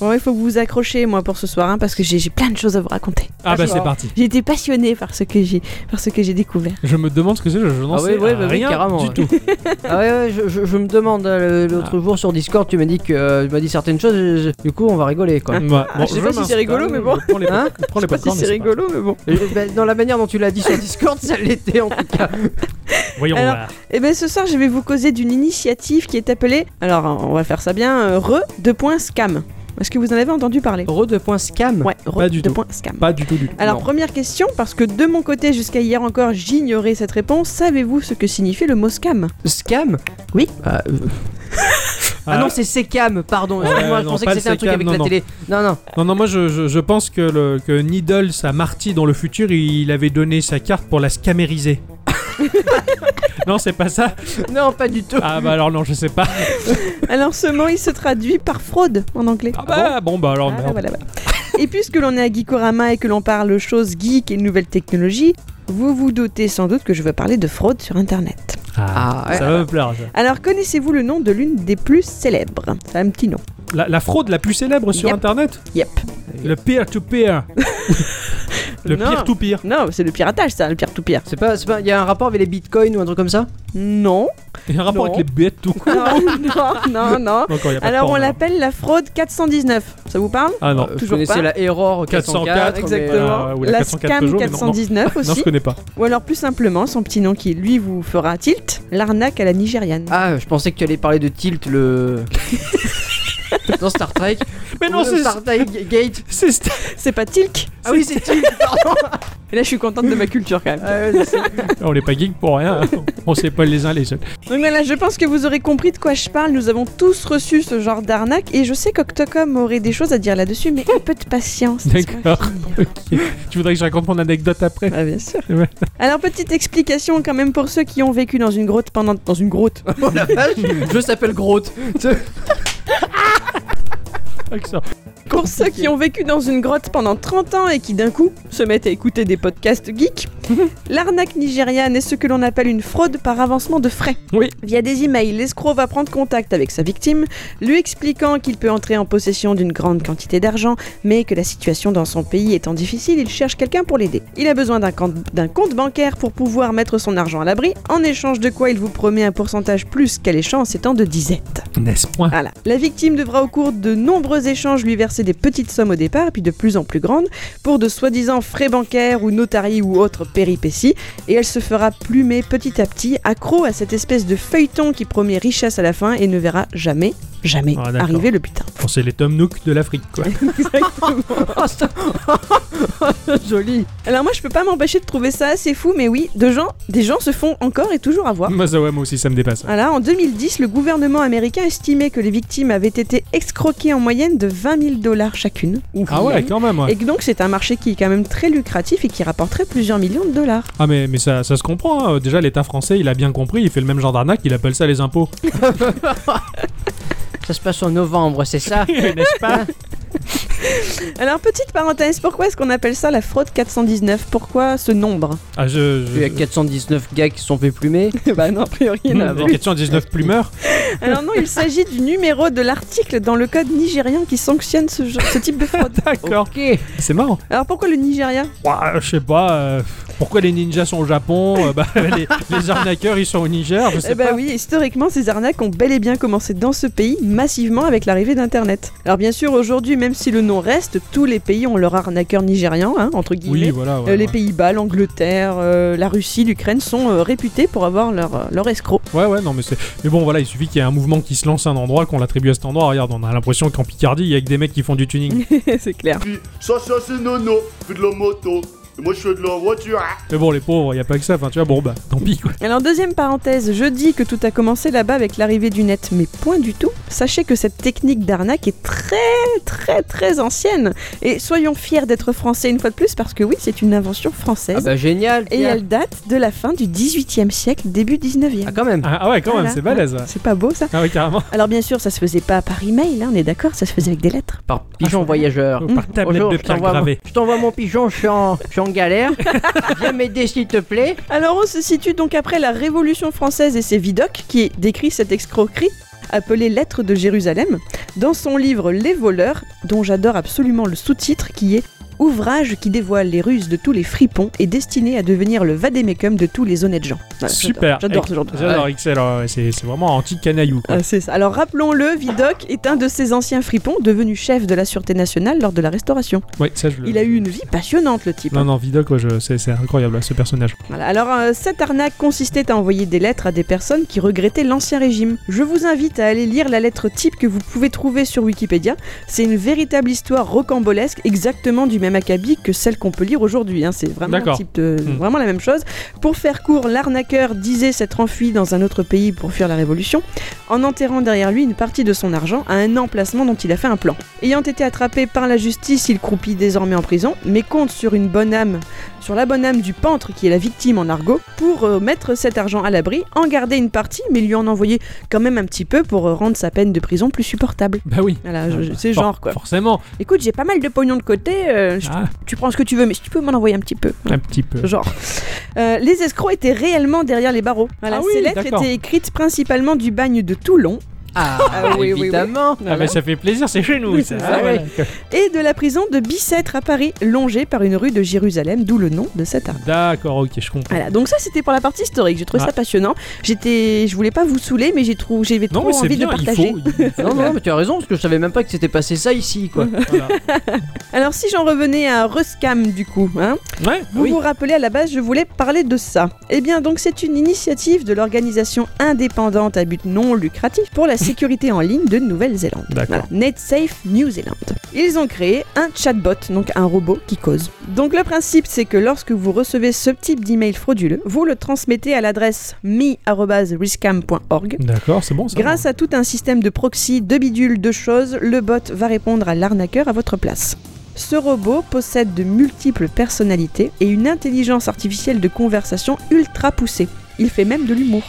S3: Bon, il faut que vous vous accrochiez, moi, pour ce soir, hein, parce que j'ai j'ai plein de choses à vous raconter.
S1: Ah bah
S2: D'accord.
S1: c'est parti.
S3: J'ai été passionnée par ce que j'ai par ce que j'ai découvert.
S1: Je me demande ce que c'est, je, je n'en
S2: Ah
S1: sais
S2: oui, oui, bah oui,
S1: rien
S2: carrément,
S1: du
S2: ouais.
S1: tout.
S2: Ah ouais, ouais, je, je- je me demande euh, l'autre
S1: Ah.
S2: jour sur Discord, tu m'as dit que euh, tu m'as dit certaines choses. je- je- du coup, on va rigoler quoi.
S1: Ouais, bon,
S3: je sais pas si c'est
S1: m'installe,
S3: rigolo, mais bon.
S1: je bah, euh, Prends les,
S2: Hein
S1: je prends les
S3: Je sais pas
S1: popcorns,
S3: si
S1: mais
S3: c'est
S1: pas-
S3: rigolo, mais bon.
S2: Euh, ben, dans la manière dont tu l'as dit sur Discord, ça l'était en tout cas.
S1: Voyons euh,
S3: Alors,
S1: voir.
S3: Eh bien ce soir je vais vous causer d'une initiative qui est appelée, alors on va faire ça bien, euh, re de point scam. Est-ce que vous en avez entendu parler
S2: Re de point scam.
S3: Ouais, re
S1: Pas du
S3: de
S1: tout.
S3: point scam.
S1: Pas du tout du tout.
S3: Alors
S2: Non.
S3: première question, parce que de mon côté jusqu'à hier encore j'ignorais cette réponse, savez-vous ce que signifiait le mot scam
S2: Scam
S3: Oui.
S2: Ah, euh, ah
S1: Euh,
S2: non, c'est Scam, pardon.
S1: Ouais,
S2: Excuse-moi, je
S1: non,
S2: pensais
S1: pas
S2: que
S1: le
S2: c'était un truc
S1: Secam,
S2: avec
S1: non,
S2: la
S1: non.
S2: télé. Non, non.
S1: Non, non, moi je, je, je pense que, le, que Needle, sa Marty dans le futur, il avait donné sa carte pour la scamériser. non, c'est pas ça
S2: Non, pas du tout.
S1: Ah bah alors non, je sais pas.
S3: Alors ce mot il se traduit par fraude en anglais.
S1: Ah bah bon, bah alors
S3: Ah,
S1: merde.
S3: voilà, voilà. Et puisque l'on est à Geekorama et que l'on parle choses geek et nouvelles technologies, vous vous doutez sans doute que je veux parler de fraude sur Internet.
S2: Ah, ouais.
S1: Ça va me plaire. ça.
S3: Alors connaissez-vous le nom de l'une des plus célèbres C'est un petit nom.
S1: La, la fraude la plus célèbre sur
S3: Yep.
S1: Internet
S3: Yep.
S1: Le peer-to-peer. le
S3: Non.
S1: peer-to-peer.
S3: Non, c'est le piratage, ça, le pire-tout-pire.
S2: C'est pas, c'est pas. Il y a un rapport avec les bitcoins ou un truc comme ça
S3: Non.
S1: Il y a un rapport
S3: Non.
S1: avec les bêtes tout court.
S3: non, non, non, non.
S1: Encore, il y a pas de
S3: Alors on
S1: porno.
S3: l'appelle la fraude 419. Ça vous parle
S1: Ah non.
S2: Euh, je
S3: toujours
S2: connaissais
S3: pas.
S2: la Error 404.
S1: 404,
S2: mais, euh,
S1: exactement. euh, oui, la
S3: la
S1: 404
S3: scam
S1: Peugeot, mais non,
S3: 419
S1: Non, je
S3: aussi.
S1: connais pas.
S3: Ou alors plus simplement, son petit nom qui lui vous fera tilt, l'arnaque à la nigériane.
S2: Ah, je pensais que tu allais parler de Tilt, le. Dans Star Trek.
S1: Mais
S2: Ou
S1: non,
S2: de
S1: c'est.
S2: Star Trek Euh, Gate.
S1: C'est Star-
S3: C'est pas tilk
S2: Ah oui, c'est Tilt, pardon.
S3: Et là je suis contente de ma culture quand même.
S2: Ah ouais, je sais.
S1: On est pas geek pour rien. hein. On sait pas les uns les autres.
S3: Donc voilà, je pense que vous aurez compris de quoi je parle. Nous avons tous reçu ce genre d'arnaque et je sais qu'Octocom aurait des choses à dire là-dessus, mais un peu de patience. laisse-moi
S1: D'accord.
S3: finir.
S1: Ok. Tu voudrais que je raconte mon anecdote après
S3: Ah, bien sûr.
S1: Ouais.
S3: Alors, petite explication quand même pour ceux qui ont vécu dans une grotte pendant. Dans une grotte
S2: Oh la vache, je s'appelle Grotte.
S1: Accent.
S3: Pour ceux qui ont vécu dans une grotte pendant 30 ans et qui d'un coup se mettent à écouter des podcasts geeks, l'arnaque nigériane est ce que l'on appelle une fraude par avancement de frais.
S1: Oui.
S3: Via des emails, l'escroc va prendre contact avec sa victime, lui expliquant qu'il peut entrer en possession d'une grande quantité d'argent, mais que la situation dans son pays étant difficile, il cherche quelqu'un pour l'aider. Il a besoin d'un compte, d'un compte bancaire pour pouvoir mettre son argent à l'abri, en échange de quoi il vous promet un pourcentage plus qu'alléchant en s'étant de disette.
S1: N'est-ce point
S3: Voilà. La victime devra au cours de nombreux échanges lui verser des petites sommes au départ, puis de plus en plus grandes, pour de soi-disant frais bancaires ou notariés ou autres péripéties, et elle se fera plumer petit à petit, accro à cette espèce de feuilleton qui promet richesse à la fin et ne verra jamais, jamais
S1: Ah, d'accord.
S3: arriver le putain.
S1: Bon, c'est les Tom Nook de l'Afrique, quoi.
S2: Ah,
S3: Joli. Alors moi je peux pas m'empêcher de trouver ça assez fou, mais oui, de gens, des gens se font encore et toujours avoir.
S1: Moi, ça, ouais, moi aussi, ça me dépasse.
S3: Voilà, en 2010, le gouvernement américain estimait que les victimes avaient été escroquées en moyenne de 20 000 dollars chacune.
S1: Ah ouais, quand même. ouais.
S3: Et que donc c'est un marché qui est quand même très lucratif et qui rapporterait plusieurs millions de dollars.
S1: Ah mais, mais ça, ça se comprend. hein. Déjà, l'État français, il a bien compris. Il fait le même genre d'arnaque. Il appelle ça les impôts.
S2: Ça se passe en novembre, c'est ça
S1: N'est-ce pas
S3: Alors petite parenthèse, pourquoi est-ce qu'on appelle ça la fraude 419 Pourquoi ce nombre
S1: Ah, je... je-
S2: Il y a 419 gars qui se sont fait plumer.
S3: Bah non, a priori
S1: Hmm,
S3: non.
S1: les 419 plumeurs.
S3: Alors non, il s'agit du numéro de l'article dans le code nigérian qui sanctionne ce, genre- ce type de fraude.
S1: D'accord.
S2: Ok.
S1: C'est marrant.
S3: Alors pourquoi le Nigeria
S1: Ouah, je sais pas. euh, pourquoi les ninjas sont au Japon Euh, bah, les, les arnaqueurs, ils sont au Niger. Je sais
S3: Eh ben
S1: pas.
S3: oui, historiquement, ces arnaques ont bel et bien commencé dans ce pays, massivement avec l'arrivée d'Internet. Alors bien sûr, aujourd'hui, même si le nom reste, tous les pays ont leur arnaqueur nigérian, hein, entre guillemets.
S1: Oui, voilà. ouais,
S3: Euh, les
S1: ouais.
S3: Pays-Bas, l'Angleterre, euh, la Russie, l'Ukraine sont euh, réputés pour avoir leur, euh, leur escroc.
S1: Ouais, ouais, non, mais c'est. Mais bon, voilà, il suffit qu'il y ait un mouvement qui se lance à un endroit, qu'on l'attribue à cet endroit. Regarde, on a l'impression qu'en Picardie, il y a que des mecs qui font du tuning.
S3: c'est clair.
S5: Puis, ça, ça, c'est Nono. Il fait de la moto. Et moi, je fais de la voiture.
S1: mais bon, les pauvres, il y a pas que ça. Enfin, tu vois, bon, bah, tant pis, quoi.
S3: Alors, deuxième parenthèse, je dis que tout a commencé là-bas avec l'arrivée du net, mais point du tout. Sachez que cette technique d'arnaque est très très très ancienne. Et soyons fiers d'être français une fois de plus parce que oui, c'est une invention française.
S2: Ah bah génial
S3: Et
S2: tiens.
S3: elle date de la fin du 18e siècle, début 19e.
S2: Ah quand même
S1: Ah, ah ouais, quand
S3: Voilà.
S1: même, c'est balèze. ouais.
S3: C'est pas beau ça
S1: Ah ouais, carrément.
S3: Alors bien sûr, ça se faisait pas par email, hein, on est d'accord, ça se faisait avec des lettres.
S2: Par pigeon voyageur.
S1: Par tablette
S2: Bonjour,
S1: Ah, de
S2: je
S1: pierre
S2: t'envoie mon-
S1: gravée.
S2: je t'envoie mon pigeon, je suis en, je suis en galère. Viens m'aider s'il te plaît.
S3: Alors on se situe donc après la Révolution française et ses vidocs qui décrit cette escroquerie appelée Lettres de Jérusalem dans son livre Les voleurs dont j'adore absolument le sous-titre qui est Ouvrage qui dévoile les ruses de tous les fripons et destiné à devenir le vadémécum de tous les honnêtes gens. Voilà, j'adore-
S1: Super.
S3: J'adore ce genre de
S1: J'adore, excellent. ouais, C'est c'est vraiment anti-canaillou. quoi.
S3: Ah, c'est ça. Alors rappelons-le, Vidocq est un de ces anciens fripons devenu chef de la Sûreté nationale lors de la Restauration.
S1: Ouais, ça, je le-
S3: Il a eu une vie passionnante, le type.
S1: Non, non, Vidocq, ouais, je- c'est c'est incroyable, ce personnage.
S3: Voilà. Alors euh, cette arnaque consistait à envoyer des lettres à des personnes qui regrettaient l'ancien régime. Je vous invite à aller lire la lettre type que vous pouvez trouver sur Wikipédia. C'est une véritable histoire rocambolesque, exactement du même acabit que celle qu'on peut lire aujourd'hui. hein. C'est vraiment, un
S1: D'accord.
S3: type de-
S1: Hmm.
S3: vraiment la même chose. Pour faire court, l'arnaqueur disait s'être enfui dans un autre pays pour fuir la révolution, en enterrant derrière lui une partie de son argent à un emplacement dont il a fait un plan. Ayant été attrapé par la justice, il croupit désormais en prison, mais compte sur une bonne âme sur la bonne âme du pantre qui est la victime en argot pour euh, mettre cet argent à l'abri, en garder une partie mais lui en envoyer quand même un petit peu pour euh, rendre sa peine de prison plus supportable.
S1: Bah oui.
S3: Voilà, je- je- c'est
S1: For-
S3: genre quoi.
S1: Forcément.
S3: Écoute, j'ai pas mal de pognon de côté, euh, je-
S1: Ah,
S3: tu prends ce que tu veux mais si tu peux m'en envoyer un petit peu.
S1: un petit peu.
S3: Genre. Euh, les escrocs étaient réellement derrière les barreaux. Voilà,
S1: Ah oui,
S3: ces lettres
S1: d'accord.
S3: étaient écrites principalement du bagne de Toulon
S2: Ah,
S3: oui, oui, oui.
S2: évidemment
S1: Ah, mais ça fait plaisir, c'est chez nous.
S3: Oui,
S1: ça.
S3: c'est
S1: Ah,
S3: ça,
S1: voilà.
S3: et de la prison de Bicêtre à Paris, longée par une rue de Jérusalem, d'où le nom de cette arme.
S1: D'accord, ok, je comprends.
S3: Voilà, donc ça c'était pour la partie historique, j'ai trouvé
S1: Ah.
S3: ça passionnant. J'étais je voulais pas vous saouler mais j'ai trouvé
S2: Ah,
S3: j'avais
S1: Non,
S3: trop
S1: mais c'est
S3: envie
S1: bien,
S3: de
S1: il
S3: partager.
S1: faut. il faut-
S2: Non, non, mais tu as raison, parce que je savais même pas que c'était passé ça ici, quoi.
S1: Voilà.
S3: Alors si j'en revenais à Ruscam du coup, hein,
S1: Ouais,
S3: vous vous rappelez à la base je voulais parler de ça. Eh bien donc c'est une initiative de l'organisation indépendante à but non lucratif pour la sécurité en ligne de Nouvelle-Zélande.
S1: D'accord.
S3: Voilà, NetSafe New Zealand. Ils ont créé un chatbot, donc un robot qui cause. Donc le principe, c'est que lorsque vous recevez ce type d'email frauduleux, vous le transmettez à l'adresse me.riscam.org.
S1: D'accord, c'est bon ça.
S3: Grâce à tout un système de proxy, de bidules, de choses, le bot va répondre à l'arnaqueur à votre place. Ce robot possède de multiples personnalités et une intelligence artificielle de conversation ultra poussée. Il fait même de l'humour.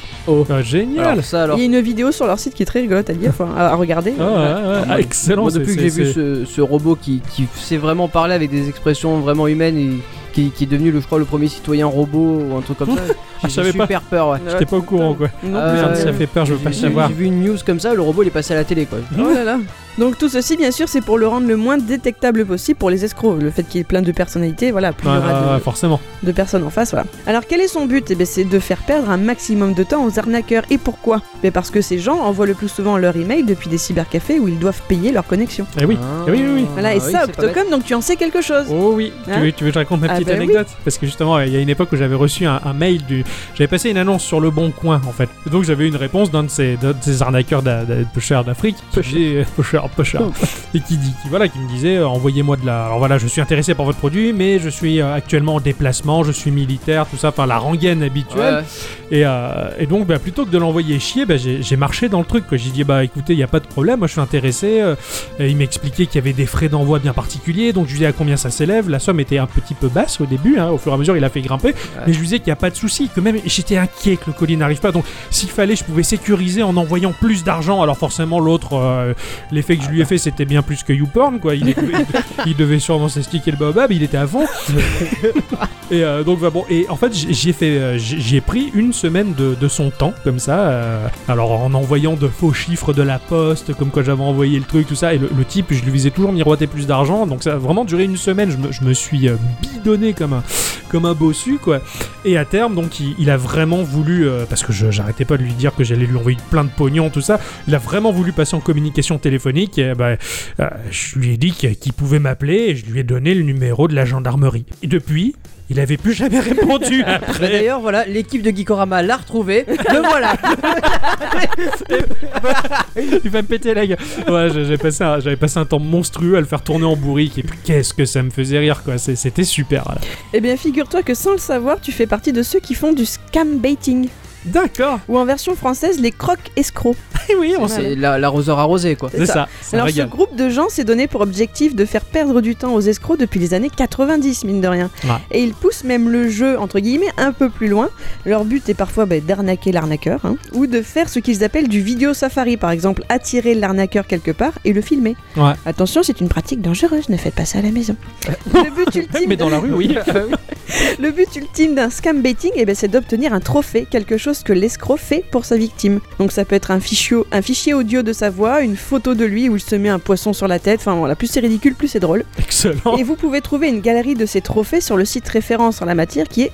S1: Ah, génial.
S2: Alors, ça, alors.
S3: Il y a une vidéo sur leur site qui est très rigolote à lire, enfin, à à regarder.
S1: Ah, ouais, ouais, ah, excellent.
S2: Moi,
S1: c'est-
S2: depuis que
S1: c'est-
S2: j'ai vu
S1: c'est-
S2: ce, ce robot qui, qui sait vraiment parler avec des expressions vraiment humaines et qui, qui est devenu, le- je crois, le premier citoyen robot ou un truc comme ça, j'ai
S1: je savais pas.
S2: super peur, ouais.
S1: J'étais pas au courant quoi.
S3: Non
S2: Euh,
S3: plus,
S1: Putain,
S3: hein.
S1: Ah, ça fait peur, je veux pas
S2: J'ai-
S1: savoir.
S2: J'ai vu une news comme ça, le robot il est passé à la télé, quoi.
S3: Oh là là. Donc tout ceci, bien sûr, c'est pour le rendre le moins détectable possible pour les escrocs. Le fait qu'il y ait plein de personnalités, voilà, plus il y
S1: Ah,
S3: aura de-
S1: ah, forcément.
S3: de personnes en face, voilà. Alors quel est son but Eh bien, c'est de faire perdre un maximum de temps aux arnaqueurs. Et pourquoi Mais Parce que ces gens envoient le plus souvent leur email depuis des cybercafés où ils doivent payer leur connexion.
S1: Eh oui.
S2: Ah.
S1: Eh oui, oui, oui.
S3: Voilà, et
S2: Ah oui,
S3: ça,
S2: c'est pas bête.
S3: Octocom, donc tu en sais quelque chose.
S1: Oh oui,
S3: Hein
S1: tu, veux, tu veux que je raconte ma
S3: Ah
S1: petite
S3: bah oui.
S1: anecdote Parce que justement, il y a une époque où j'avais reçu un, un mail du. J'avais passé une annonce sur le bon coin en fait. Et donc j'avais une réponse d'un de ces, d'un de ces arnaqueurs d'a- d'a- peu cher d'Afrique. qui
S2: Peu cher.
S1: disait, euh, Peu cher, peu cher.
S3: Oh.
S1: Et qui, dit, qui, voilà, qui me disait euh, envoyez-moi de la. Alors voilà, je suis intéressé par votre produit, mais je suis euh, actuellement en déplacement, je suis militaire, tout ça, enfin la rengaine habituelle.
S2: Ouais.
S1: Et, euh, et donc, bah, plutôt que de l'envoyer chier, bah, j'ai j'ai marché dans le truc. quoi. J'ai dit, bah écoutez, il n'y a pas de problème, moi je suis intéressé. euh, et il m'expliquait qu'il y avait des frais d'envoi bien particuliers, donc je lui disais à combien ça s'élève. La somme était un petit peu basse au début, hein, au fur et à mesure il a fait grimper. Mais je lui disais qu'il n'y a pas de souci, que même j'étais inquiet que le colis n'arrive pas. Donc, s'il fallait, je pouvais sécuriser en envoyant plus d'argent. Alors, forcément, l'autre, euh, l'effet que je lui ai fait, c'était bien plus que YouPorn, quoi. Il, devait- il devait sûrement s'estiquer le baobab, il était à fond. Et euh, donc bah, bon, et en fait j'ai- j'ai fait, euh, j'ai j'ai pris une semaine de, de son temps comme ça. euh, alors en envoyant de faux chiffres de la poste, comme quoi j'avais envoyé le truc, tout ça. Et le, le type, je lui visais toujours miroiter plus d'argent. Donc ça a vraiment duré une semaine. Je me, je me suis euh, bidonné comme un, comme un bossu quoi. Et à terme, donc il, il a vraiment voulu, euh, parce que je- j'arrêtais pas de lui dire que j'allais lui envoyer plein de pognon, tout ça. Il a vraiment voulu passer en communication téléphonique. Et bah, euh, je lui ai dit qu'il qu'il pouvait m'appeler et je lui ai donné le numéro de la gendarmerie. Et depuis, il avait plus jamais répondu
S2: Bah,
S1: après.
S2: D'ailleurs, voilà, l'équipe de Gikorama l'a retrouvé. Le voilà.
S1: Il va me péter la gueule. Ouais, je- j'ai passé, un- j'avais passé un temps monstrueux à le faire tourner en bourrique. Et puis qu'est-ce que ça me faisait rire, quoi. C'est- C'était super. là.
S3: Eh bien, figure-toi que sans le savoir, tu fais partie de ceux qui font du scam baiting.
S1: D'accord.
S3: Ou en version française, les crocs escrocs.
S1: Eh oui, on
S3: C'est
S1: sait.
S2: C'est la- l'arroseur arrosé, quoi.
S3: C'est
S1: C'est
S3: ça.
S1: ça. c'est un
S3: Alors ce
S1: régal.
S3: groupe de gens s'est donné pour objectif de faire perdre du temps aux escrocs depuis les années 90, mine de rien.
S1: Ouais.
S3: Et ils poussent même le jeu, entre guillemets, un peu plus loin. Leur but est parfois bah, d'arnaquer l'arnaqueur, hein, ou de faire ce qu'ils appellent du vidéo safari, par exemple, attirer l'arnaqueur quelque part et le filmer.
S1: Ouais.
S3: Attention, c'est une pratique dangereuse, ne faites pas ça à la maison. le but ultime
S1: Mais dans la rue, oui.
S2: Ah,
S3: le but ultime d'un scam baiting, eh ben, c'est d'obtenir un trophée, quelque chose que l'escroc fait pour sa victime. Donc ça peut être un fichier, un fichier audio de sa voix, une photo de lui où il se met un poisson sur la tête. Enfin voilà, plus c'est ridicule, plus c'est drôle.
S1: Excellent.
S3: Et vous pouvez trouver une galerie de ces trophées sur le site référence en la matière qui est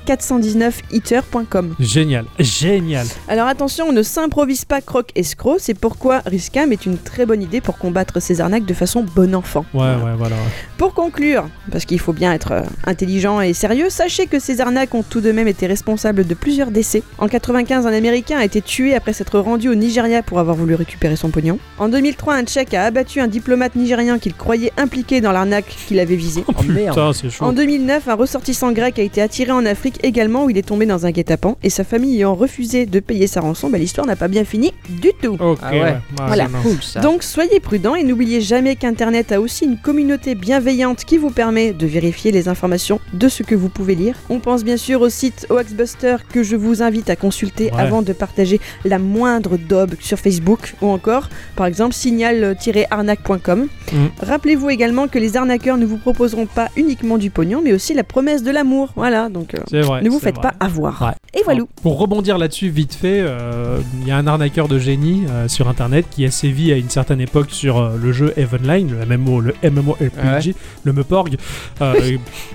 S3: 419iter.com.
S1: Génial, génial.
S3: Alors attention, on ne s'improvise pas croc escroc, c'est pourquoi Riscam est une très bonne idée pour combattre ces arnaques de façon bon enfant.
S1: Ouais, ouais, voilà. ouais.
S3: Pour conclure, parce qu'il faut bien être euh, intelligent et sérieux, sachez que ces arnaques ont tout de même été responsables de plusieurs décès. En 95, un Américain a été tué après s'être rendu au Nigeria pour avoir voulu récupérer son pognon. En 2003, un Tchèque a abattu un diplomate nigérien qu'il croyait impliqué dans l'arnaque qu'il avait visée.
S2: Oh merde.
S1: Putain, c'est
S3: En
S1: chaud.
S3: 2009, un ressortissant grec a été attiré en Afrique également où il est tombé dans un guet-apens et sa famille ayant refusé de payer sa rançon, bah, l'histoire n'a pas bien fini du tout.
S1: Ok,
S2: Ah
S1: ouais,
S2: ouais.
S1: ouais,
S3: Voilà.
S1: non.
S2: Cool ça.
S3: Donc soyez prudents et n'oubliez jamais qu'Internet a aussi une communauté bienveillante qui vous permet de vérifier les informations de ce que vous pouvez lire. On pense bien sûr au site Oaxbuster que je vous invite à consulter
S1: Ouais.
S3: avant de partager la moindre daube sur Facebook ou encore par exemple signal-arnaque.com.
S1: Mhm.
S3: Rappelez-vous également que les arnaqueurs ne vous proposeront pas uniquement du pognon mais aussi la promesse de l'amour. Voilà, donc euh,
S1: C'est vrai.
S3: ne vous
S1: c'est
S3: faites
S1: vrai.
S3: pas avoir. Et voilà.
S1: Alors, Pour rebondir là-dessus vite fait, euh, il y a un arnaqueur de génie euh, sur internet qui a sévi à une certaine époque sur euh, le jeu Evenline, le MMO, le MMORPG,
S2: Ouais.
S1: le Meporg. Euh,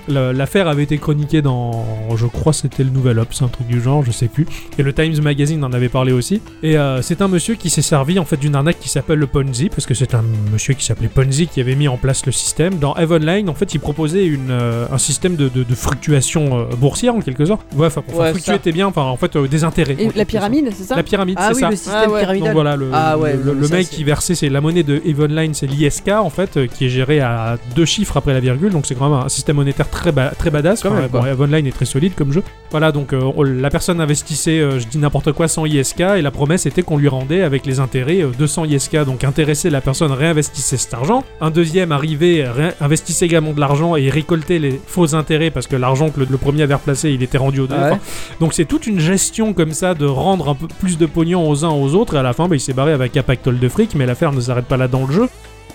S1: le- L'affaire avait été chroniquée dans, je crois c'était le Nouvel Ops, un truc du genre, je sais plus. Et le Times Magazine en avait parlé aussi. Et euh, c'est un monsieur qui s'est servi en fait d'une arnaque qui s'appelle le Ponzi, parce que c'est un monsieur qui s'appelait Ponzi qui avait mis en place le système. Dans Evenline, en fait, il proposait une, euh, un système de, de- de fluctuation euh, boursière en quelque sorte. Ouais, enfin, pour faire
S2: Ouais,
S1: fluctuer
S2: ça.
S1: tes biens, enfin, en fait, euh, des intérêts. en
S3: Et
S1: quelque
S3: la pyramide, c'est ça
S1: sorte. La pyramide,
S2: Ah
S1: c'est
S2: oui,
S1: ça.
S2: le
S3: Ah
S2: système
S3: ouais.
S1: Donc
S2: pyramidal.
S1: voilà, le,
S2: Ah ouais,
S1: le- le,
S2: non, mais ça,
S1: mec
S2: c'est-
S1: qui versait, c'est la monnaie de Evenline, c'est l'ISK en fait, euh, qui est gérée à deux chiffres après la virgule, donc c'est quand même un système monétaire très, ba- très badass.
S2: Quand
S1: Enfin,
S2: même,
S1: bon,
S2: quoi.
S1: Evenline est très solide comme jeu. Voilà, donc euh, on- la personne investissait, euh, je dis n'importe quoi, 100 ISK, et la promesse était qu'on lui rendait avec les intérêts euh, 200 ISK. Donc intéressé, la personne réinvestissait cet argent. Un deuxième arrivait, réinvestissait également de l'argent et récoltait les faux intérêts parce que l'argent que le, le premier avait replacé, il était rendu au deux.
S2: Ah ouais.
S1: Enfin, donc c'est toute une gestion comme ça de rendre un peu plus de pognon aux uns aux autres et à la fin bah, il s'est barré avec un pactole de fric mais l'affaire ne s'arrête pas là dans le jeu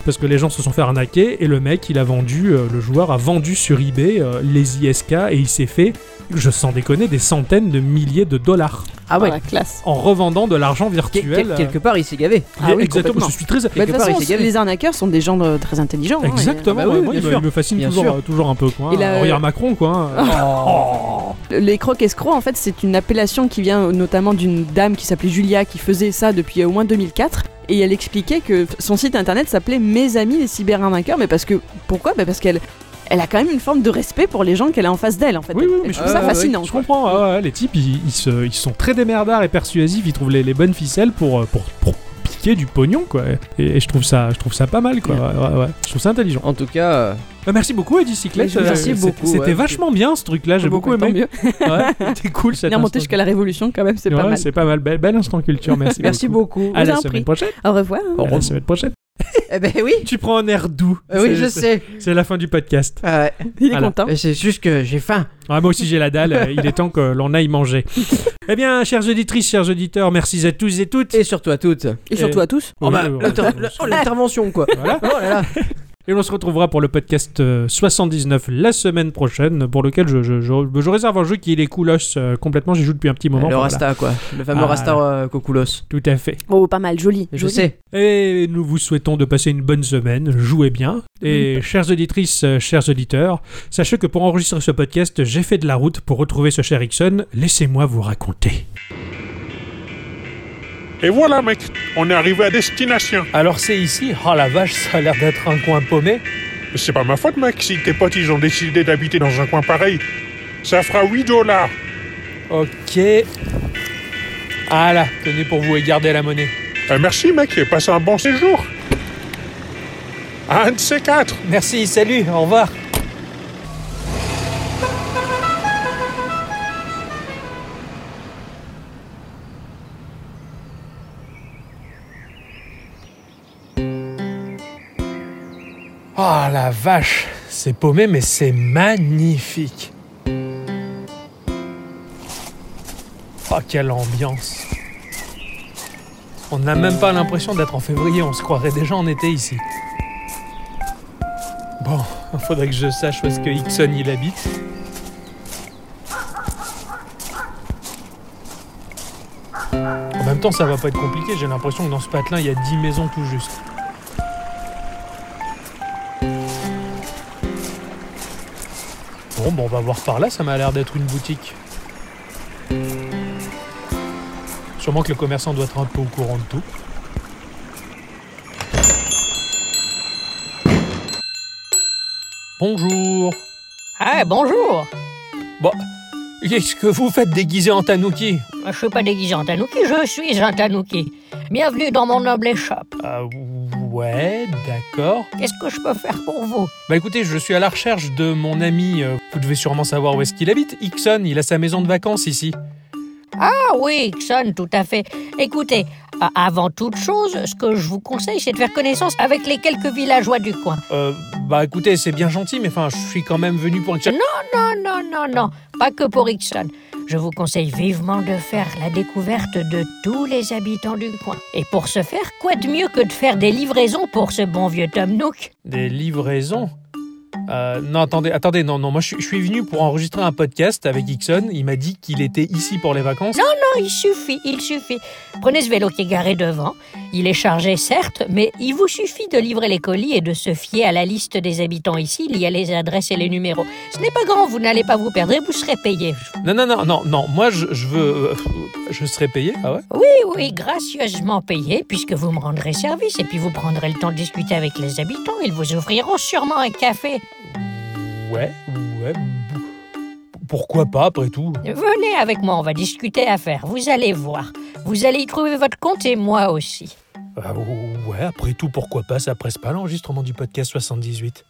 S1: parce que les gens se sont fait arnaquer et le mec il a vendu euh, le joueur a vendu sur eBay euh, les ISK et il s'est fait je sens déconner des centaines de milliers de dollars
S2: Ah ouais.
S3: Oh, la classe.
S1: en revendant de l'argent
S2: Quel-
S1: virtuel
S2: quel- Quelque part, il s'est gavé.
S1: euh,
S3: Ah oui,
S1: exactement
S3: complètement.
S1: je suis très
S3: Bah, De
S2: Quelque
S3: toute
S2: part, il
S3: façon,
S2: s'est gavé.
S3: les arnaqueurs sont des gens de- très intelligents. hein, et-
S1: Exactement,
S2: Ah bah oui,
S1: ouais, moi,
S2: bien
S1: il me-
S2: sûr.
S1: il me fascine
S2: Bien
S1: toujours,
S2: sûr.
S1: euh, toujours un peu. Quoi,
S3: Et
S1: hein.
S3: la-
S1: Regarde Macron, quoi. Oh, hein.
S3: euh, Les crocs escrocs, en fait, c'est une appellation qui vient euh, notamment d'une dame qui s'appelait Julia, qui faisait ça depuis euh, au moins 2004. Et elle expliquait que son site internet s'appelait Mes amis les cyberarnaqueurs. Mais parce que. Pourquoi Bah Parce qu'elle. Elle a quand même une forme de respect pour les gens qu'elle a en face d'elle, en fait.
S1: Oui, oui,
S3: Et
S1: mais
S3: je
S1: je
S3: trouve ça
S2: Ah,
S3: fascinant.
S1: Je comprends, ah ouais, les types, ils, ils se- ils sont très démerdards et persuasifs, ils trouvent les, les bonnes ficelles pour, euh, pour, pour piquer du pognon, quoi. Et, et je, trouve ça, je trouve ça pas mal, quoi. Ouais, ouais, ouais. Je trouve ça intelligent.
S2: En tout cas, euh,
S1: Bah, merci beaucoup, Eddie Cyclette.
S2: Oui, merci
S1: Euh, c'est-
S2: beaucoup,
S1: C'était
S2: ouais.
S1: vachement bien, ce truc-là, j'ai beaucoup
S3: bah, Tant
S1: aimé.
S3: mieux.
S1: Ouais, C'était cool, cette
S3: Il est remonté
S1: instant-
S3: jusqu'à la Révolution, quand même, c'est pas
S1: Ouais,
S3: mal.
S1: c'est pas mal. Bel, bel instant culture, merci,
S2: merci beaucoup.
S1: À
S3: Vous
S1: la
S3: en
S1: semaine
S3: prie.
S1: prochaine.
S3: Au revoir.
S1: À la semaine prochaine.
S2: Eh
S3: Bah
S2: ben oui.
S1: Tu prends un air doux.
S2: Euh, Oui,
S1: C'est-
S2: je
S1: c'est-
S2: sais.
S1: C'est la fin du podcast.
S2: Euh,
S3: Il est
S1: Voilà.
S3: content.
S2: mais C'est juste que j'ai faim.
S1: Ah, moi aussi j'ai la dalle, euh, il est temps que l'on aille manger. eh bien, chères auditrices, chers auditeurs, merci à tous et toutes.
S2: Et surtout à toutes.
S3: Et surtout
S1: euh,
S3: à tous.
S1: Oui,
S2: bah,
S1: oui, oui,
S2: l'inter-
S1: oui,
S2: le-
S1: oui.
S2: oh, L'intervention, quoi.
S1: Voilà.
S2: Oh là là.
S1: Et on se retrouvera pour le podcast euh, 79 la semaine prochaine, pour lequel je, je, je- je réserve un jeu qui est les couloches euh, complètement. J'y joue depuis un petit moment.
S2: le
S1: Voilà.
S2: Rasta, quoi. Le fameux
S1: Ah,
S2: Rasta euh, Kokulos.
S1: Tout à fait.
S3: Oh, pas mal, joli.
S2: Je
S3: joli.
S2: sais.
S1: Et nous vous souhaitons de passer une bonne semaine. Jouez bien. Et chères auditrices, euh, chers auditeurs, sachez que pour enregistrer ce podcast, j'ai fait de la route pour retrouver ce cher Ixon. Laissez-moi vous raconter.
S6: Et voilà, mec, on est arrivé à destination.
S1: Alors c'est ici. Oh la vache, ça a l'air d'être un coin paumé.
S6: C'est pas ma faute, mec, si tes potes, ils ont décidé d'habiter dans un coin pareil. Ça fera 8 dollars.
S1: Ok. Ah là, tenez pour vous et gardez la monnaie.
S6: Euh, merci, mec, et passe un bon séjour. Un de ces quatre.
S1: Merci, salut, au revoir.
S7: Oh la vache, c'est paumé mais c'est magnifique. Ah, Oh quelle ambiance. On n'a même pas l'impression d'être en février, on se croirait déjà en été ici. Bon, faudrait que je sache où est-ce que Hickson il habite. En même temps, ça va pas être compliqué, j'ai l'impression que dans ce patelin, il y a 10 maisons tout juste. Bon, bon, on va voir par là, ça m'a l'air d'être une boutique. Sûrement que le commerçant doit être un peu au courant de tout. Bonjour
S8: Ah, bonjour
S7: Qu'est-ce que vous faites déguisé en tanuki
S8: Je suis pas déguisé en tanuki, je suis un tanuki. Bienvenue dans mon noble échoppe.
S7: Ah ouais, d'accord.
S8: Qu'est-ce que je peux faire pour vous
S7: Bah écoutez, je suis à la recherche de mon ami, euh, vous devez sûrement savoir où est-ce qu'il habite, Hickson, il a sa maison de vacances ici.
S8: Ah oui, Ixon, tout à fait. Écoutez, a- avant toute chose, ce que je vous conseille, c'est de faire connaissance avec les quelques villageois du coin.
S7: Euh, bah écoutez, c'est bien gentil, mais enfin, je suis quand même venu pour...
S8: Non, non, non, non, non, pas que pour Ixon. Je vous conseille vivement de faire la découverte de tous les habitants du coin. Et pour ce faire, quoi de mieux que de faire des livraisons pour ce bon vieux Tom Nook
S7: Des livraisons euh, non, attendez, attendez, non, non, moi je, suis- je suis venu pour enregistrer un podcast avec Hickson. Il m'a dit qu'il était ici pour les vacances.
S8: Oh, il suffit, il suffit. Prenez ce vélo qui est garé devant. Il est chargé, certes, mais il vous suffit de livrer les colis et de se fier à la liste des habitants ici. Il y a les adresses et les numéros. Ce n'est pas grand, vous n'allez pas vous perdre et vous serez payé.
S7: Non, non, non, non, non, moi je, je veux. euh, je serai payé, ah ouais
S8: Oui, oui, gracieusement payé, puisque vous me rendrez service et puis vous prendrez le temps de discuter avec les habitants. Ils vous offriront sûrement un café.
S7: Ouais, ouais. b- Pourquoi pas, après tout
S8: Venez avec moi, on va discuter affaires. Vous allez voir. Vous allez y trouver votre compte et moi aussi.
S7: Ah, Euh, Ouais, après tout, pourquoi pas, ça presse pas l'enregistrement du podcast 78.